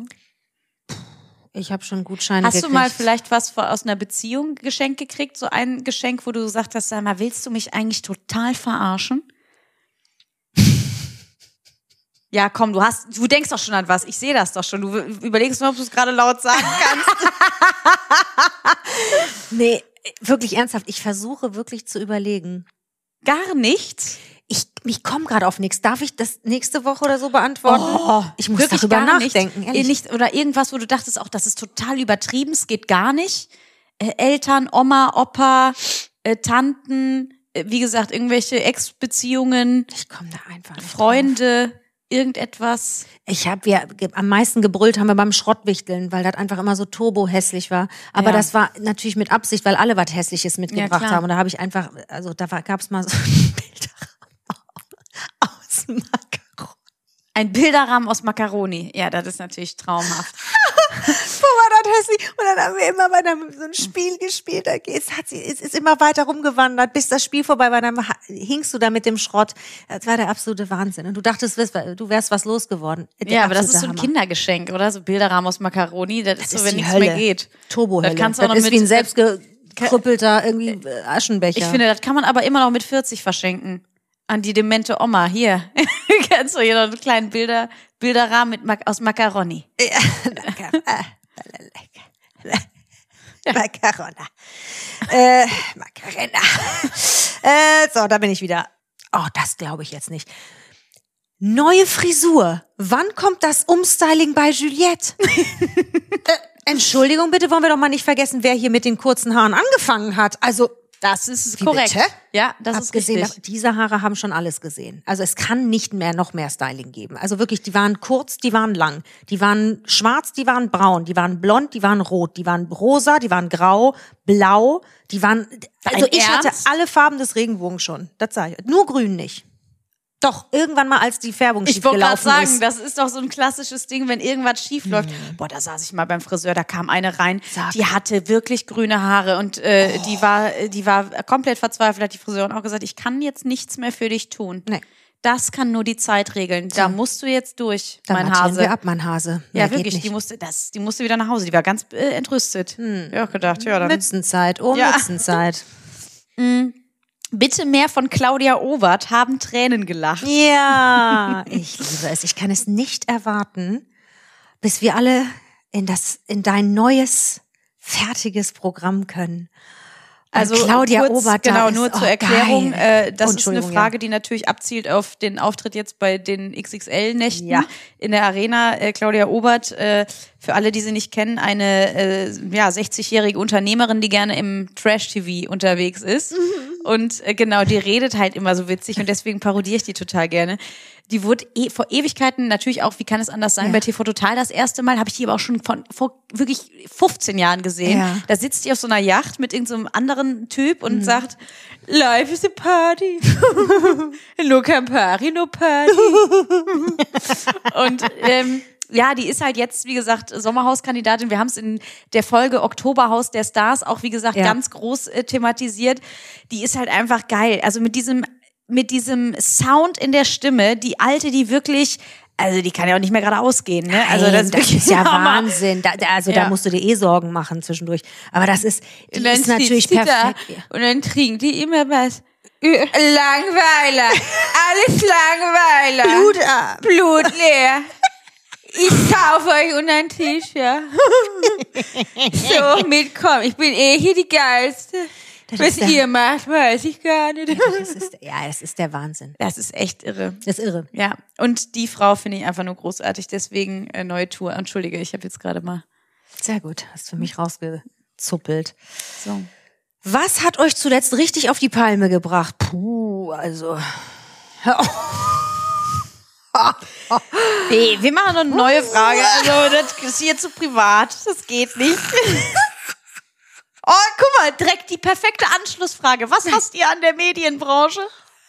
Speaker 4: Ich habe schon Gutscheine
Speaker 3: Hast
Speaker 4: gekriegt.
Speaker 3: du mal vielleicht was von- aus einer Beziehung geschenkt gekriegt? So ein Geschenk, wo du gesagt hast, sag mal, willst du mich eigentlich total verarschen? Ja, komm, du hast, du denkst doch schon an was. Ich sehe das doch schon. Du überlegst nur, ob du es gerade laut sagen kannst.
Speaker 4: Nee, wirklich ernsthaft. Ich versuche wirklich zu überlegen.
Speaker 3: Gar nicht.
Speaker 4: Ich, ich komme gerade auf nichts. Darf ich das nächste Woche oder so beantworten?
Speaker 3: Oh,
Speaker 4: ich muss darüber nachdenken.
Speaker 3: Nicht,
Speaker 4: ehrlich.
Speaker 3: nicht, oder irgendwas, wo du dachtest, auch das ist total übertrieben, es geht gar nicht. Äh, Eltern, Oma, Opa, äh, Tanten, äh, wie gesagt, irgendwelche Ex-Beziehungen,
Speaker 4: Ich komme da einfach nicht
Speaker 3: Freunde, irgendetwas.
Speaker 4: Ich habe ja ge- am meisten gebrüllt haben wir beim Schrottwichteln, weil das einfach immer so turbo hässlich war. Aber
Speaker 3: Ja.
Speaker 4: das war natürlich mit Absicht, weil alle was Hässliches mitgebracht
Speaker 3: klar.
Speaker 4: haben. Und da habe ich einfach, also da gab es mal so Bilder aus dem Macaron.
Speaker 3: Ein Bilderrahmen aus Macaroni. Ja, das ist natürlich traumhaft.
Speaker 4: Wo war das hässlich? Und dann haben wir immer bei einem, so ein Spiel gespielt. Da ist, hat sie, ist, ist immer weiter rumgewandert, bis das Spiel vorbei war. Dann ha- hingst du da mit dem Schrott. Das war der absolute Wahnsinn. Und du dachtest, wirst- du wärst was losgeworden. Der
Speaker 3: Ja, aber das
Speaker 4: absolute
Speaker 3: ist so ein
Speaker 4: Hammer.
Speaker 3: Kindergeschenk, oder? So Bilderrahmen aus Macaroni, das, ist so,
Speaker 4: ist
Speaker 3: wenn
Speaker 4: die
Speaker 3: nichts
Speaker 4: Hölle.
Speaker 3: mehr geht.
Speaker 4: Turbo
Speaker 3: Das kannst du auch noch
Speaker 4: ist
Speaker 3: mit-
Speaker 4: wie ein selbstgekrüppelter irgendwie äh, Aschenbecher.
Speaker 3: Ich finde, das kann man aber immer noch mit 40 verschenken. An die demente Oma, hier. Kannst du hier noch einen kleinen Bilder, Bilderrahmen mit, Mac- aus Macaroni.
Speaker 4: Macarona. Äh, Macarena. äh, so, da bin ich wieder. Oh, das glaube ich jetzt nicht. Neue Frisur. Wann kommt das Umstyling bei Juliette? äh, Entschuldigung, bitte wollen wir doch mal nicht vergessen, wer hier mit den kurzen Haaren angefangen hat. Also,
Speaker 3: Das ist
Speaker 4: Wie
Speaker 3: korrekt.
Speaker 4: bitte?
Speaker 3: Ja, das ist
Speaker 4: abgesehen,
Speaker 3: richtig.
Speaker 4: davon- diese Haare haben schon alles gesehen. Also es kann nicht mehr noch mehr Styling geben. Also wirklich, die waren kurz, die waren lang, die waren schwarz, die waren braun, die waren blond, die waren rot, die waren rosa, die waren grau, blau, die waren. Also
Speaker 3: Dein
Speaker 4: ich hatte
Speaker 3: Ernst?
Speaker 4: alle Farben des Regenbogens schon. Das sage ich. Nur grün nicht. Doch, irgendwann mal, als die Färbung schief
Speaker 3: Ich wollte gerade
Speaker 4: gelaufen
Speaker 3: sagen,
Speaker 4: ist.
Speaker 3: das
Speaker 4: Mhm.
Speaker 3: ist doch so ein klassisches Ding, wenn irgendwas schief läuft. Boah, da saß ich mal beim Friseur, da kam eine rein,
Speaker 4: Sag. Oh.
Speaker 3: die hatte wirklich grüne Haare und äh, die war, die war komplett verzweifelt. Hat die Friseurin auch gesagt, ich kann jetzt nichts mehr für dich tun.
Speaker 4: Nee.
Speaker 3: Das kann nur die Zeit regeln. Da musst du jetzt durch,
Speaker 4: Dann
Speaker 3: mein
Speaker 4: markieren
Speaker 3: Hase.
Speaker 4: wir ab, mein Hase.
Speaker 3: Ja,
Speaker 4: Mehr geht
Speaker 3: wirklich,
Speaker 4: nicht. Hm.
Speaker 3: die musste, das, die musste wieder nach Hause. Die war ganz äh, entrüstet. Ja, auch gedacht, ja, dann.
Speaker 4: Mützenzeit, oh
Speaker 3: Ja.
Speaker 4: Mützenzeit.
Speaker 3: Bitte mehr von Claudia Obert haben Tränen gelacht.
Speaker 4: Ja, ich liebe es. Ich kann es nicht erwarten, bis wir alle in das, in dein neues, fertiges Programm können. Und Claudia
Speaker 3: Also kurz,
Speaker 4: Obert da
Speaker 3: Genau,
Speaker 4: ist,
Speaker 3: nur
Speaker 4: oh,
Speaker 3: zur Erklärung.
Speaker 4: geil.
Speaker 3: Äh, das
Speaker 4: Oh,
Speaker 3: ist eine
Speaker 4: Entschuldigung,
Speaker 3: Frage, die natürlich abzielt auf den Auftritt jetzt bei den XXL-Nächten
Speaker 4: Ja.
Speaker 3: in der Arena. Äh, Claudia Obert, äh, für alle, die sie nicht kennen, eine äh, ja, 60-jährige Unternehmerin, die gerne im Trash-TV unterwegs ist.
Speaker 4: Mhm.
Speaker 3: Und äh, genau, die redet halt immer so witzig und deswegen parodiere ich die total gerne. Die wurde eh, vor Ewigkeiten natürlich auch, wie kann es anders sein,
Speaker 4: Ja.
Speaker 3: bei TV Total das erste Mal, habe ich die aber auch schon von, vor wirklich 15 Jahren gesehen.
Speaker 4: Ja. Mhm.
Speaker 3: Da sitzt die auf so einer Yacht mit irgendeinem so einem anderen Typ und sagt, Life is a party. no Campari, no party. und ähm, ja, die ist halt jetzt, wie gesagt, Sommerhauskandidatin. Wir haben es in der Folge Oktoberhaus der Stars auch, wie gesagt,
Speaker 4: Ja.
Speaker 3: ganz groß äh, thematisiert. Die ist halt einfach geil. Also mit diesem, mit diesem Sound in der Stimme, die alte, die wirklich, also die kann ja auch nicht mehr gerade ausgehen. Ne? Also
Speaker 4: Nein, das,
Speaker 3: wirklich
Speaker 4: ist ja
Speaker 3: Hammer.
Speaker 4: Wahnsinn. Da, da, also
Speaker 3: Ja.
Speaker 4: da musst du dir eh Sorgen machen zwischendurch. Aber das ist, die
Speaker 3: Und dann
Speaker 4: ist natürlich
Speaker 3: sitzt die da
Speaker 4: perfekt.
Speaker 3: Und dann kriegen die immer was. Langweiler. Alles Langweiler.
Speaker 4: Blutarm.
Speaker 3: Blut leer. Ich kaufe euch unter den Tisch, ja. so, mitkommen. Ich bin eh hier die Geilste.
Speaker 4: Das
Speaker 3: Was
Speaker 4: ist der-
Speaker 3: ihr macht, weiß ich gar nicht.
Speaker 4: Das ist, ja, das ist der Wahnsinn.
Speaker 3: Das ist echt irre.
Speaker 4: Das ist irre.
Speaker 3: Ja, und die Frau finde ich einfach nur großartig. Deswegen äh, neue Tour. Entschuldige, ich habe jetzt gerade mal
Speaker 4: Sehr gut. Hast für mich rausgezuppelt.
Speaker 3: so.
Speaker 4: Was hat euch zuletzt richtig auf die Palme gebracht? Puh, also.
Speaker 3: Nee, wir machen noch eine neue Frage. Also, das ist hier zu privat. Das geht nicht. Oh, guck mal, direkt die perfekte Anschlussfrage. Was hasst ihr an der Medienbranche?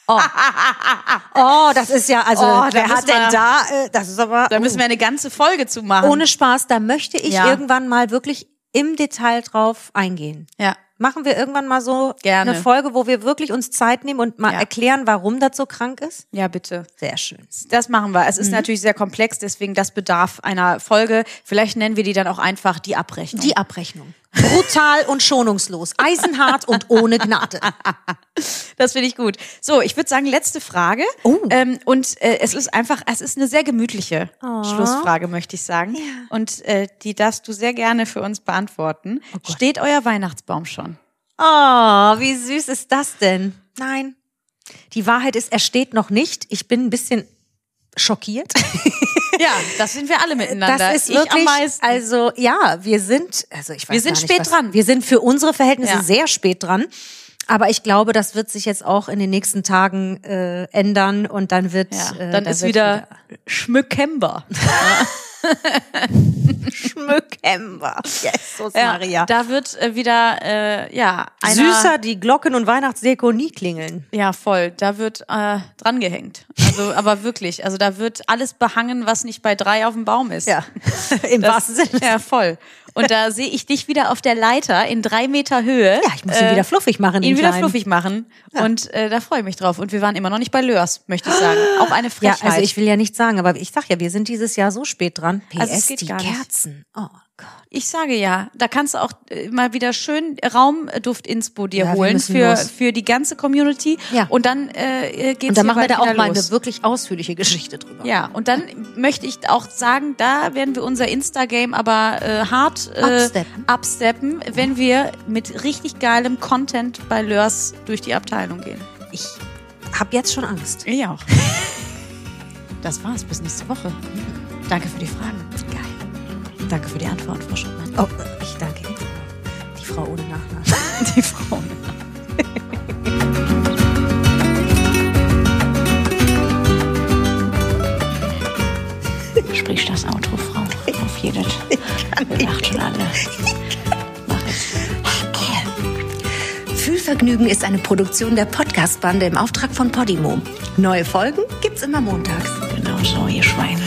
Speaker 4: Oh, das ist ja, also,
Speaker 3: Oh, da
Speaker 4: wer
Speaker 3: müssen
Speaker 4: hat denn
Speaker 3: wir-
Speaker 4: da, äh, das ist aber
Speaker 3: Da müssen wir eine ganze Folge zu machen.
Speaker 4: ohne Spaß, da möchte ich
Speaker 3: Ja.
Speaker 4: irgendwann mal wirklich im Detail drauf eingehen.
Speaker 3: Ja.
Speaker 4: Machen wir irgendwann mal so
Speaker 3: Gerne.
Speaker 4: eine Folge, wo wir wirklich uns Zeit nehmen und mal
Speaker 3: Ja.
Speaker 4: erklären, warum das so krank ist?
Speaker 3: Ja, bitte.
Speaker 4: Sehr schön.
Speaker 3: Das machen wir. Es ist natürlich sehr komplex, deswegen das bedarf einer Folge. Vielleicht nennen wir die dann auch einfach die Abrechnung.
Speaker 4: Die Abrechnung. Brutal und schonungslos. Eisenhart und ohne Gnade.
Speaker 3: Das finde ich gut. So, ich würde sagen, letzte Frage.
Speaker 4: Oh.
Speaker 3: Ähm, und äh, es ist einfach, es ist eine sehr gemütliche
Speaker 4: Oh.
Speaker 3: Schlussfrage, möchte ich sagen.
Speaker 4: Ja.
Speaker 3: Und äh, die darfst du sehr gerne für uns beantworten. Steht euer Weihnachtsbaum schon?
Speaker 4: Oh, wie süß ist das denn? Nein. Die Wahrheit ist, er steht noch nicht. Ich bin ein bisschen schockiert.
Speaker 3: Ja, das sind wir alle miteinander.
Speaker 4: Das ist
Speaker 3: ich
Speaker 4: wirklich,
Speaker 3: am meisten.
Speaker 4: also ja, wir sind, also ich weiß
Speaker 3: Wir sind
Speaker 4: gar nicht,
Speaker 3: spät
Speaker 4: was,
Speaker 3: dran.
Speaker 4: Wir sind für unsere Verhältnisse
Speaker 3: Ja.
Speaker 4: sehr spät dran. Aber ich glaube, das wird sich jetzt auch in den nächsten Tagen äh, ändern und dann wird
Speaker 3: Ja,
Speaker 4: äh,
Speaker 3: dann
Speaker 4: da
Speaker 3: ist
Speaker 4: wird
Speaker 3: wieder, Schmückember.
Speaker 4: Schmückember. Jesus Maria.
Speaker 3: Da wird äh, wieder äh, ja einer,
Speaker 4: Süßer die Glocken und Weihnachtsdeko nie klingeln.
Speaker 3: Ja, voll. Da wird äh, drangehängt. Also, aber wirklich. Also da wird alles behangen, was nicht bei drei auf dem Baum ist.
Speaker 4: im
Speaker 3: Das-
Speaker 4: wahrsten Sinne.
Speaker 3: Ja, voll. Und da sehe ich dich wieder auf der Leiter in drei Meter Höhe.
Speaker 4: Ja, ich muss ihn wieder fluffig machen. den
Speaker 3: Äh, ihn wieder
Speaker 4: Kleinen.
Speaker 3: fluffig machen. Und äh, da freue ich mich drauf. Und wir waren immer noch nicht bei Lörs, möchte ich sagen. Auch eine
Speaker 4: Ja,
Speaker 3: Frechheit.
Speaker 4: also ich will ja nichts sagen, aber ich sag ja, wir sind dieses Jahr so spät dran. PS,
Speaker 3: Also es geht
Speaker 4: die
Speaker 3: gar nicht.
Speaker 4: Kerzen. Oh Gott.
Speaker 3: Ich sage ja, da kannst du auch äh, mal wieder schön Raumduft-Inspo dir
Speaker 4: Ja, wir
Speaker 3: holen
Speaker 4: müssen
Speaker 3: für,
Speaker 4: los.
Speaker 3: für die ganze Community.
Speaker 4: Ja.
Speaker 3: Und dann äh, äh, geht's
Speaker 4: Und dann
Speaker 3: hier
Speaker 4: machen wir
Speaker 3: bald
Speaker 4: da auch
Speaker 3: wieder
Speaker 4: mal
Speaker 3: los.
Speaker 4: eine wirklich ausführliche Geschichte drüber.
Speaker 3: Ja, und dann möchte ich auch sagen, da werden wir unser Insta-Game aber äh, hart äh,
Speaker 4: Upsteppen.
Speaker 3: upsteppen, wenn wir mit richtig geilem Content bei Lörs durch die Abteilung gehen.
Speaker 4: Ich hab jetzt schon Angst.
Speaker 3: Ich auch. Das war's, bis nächste Woche. Danke für die Fragen. Geil. Danke für die Antworten, Frau Schumann.
Speaker 4: Oh, ich danke Ihnen. Die Frau ohne Nachnamen.
Speaker 3: Die Frauen.
Speaker 1: Sprich das Auto, Frau. Auf jedes. Wir schon alle.
Speaker 6: Fühlvergnügen ist eine Produktion der Podcast-Bande im Auftrag von Podimo. Neue Folgen gibt's immer montags.
Speaker 1: Genau so, ihr Schweine.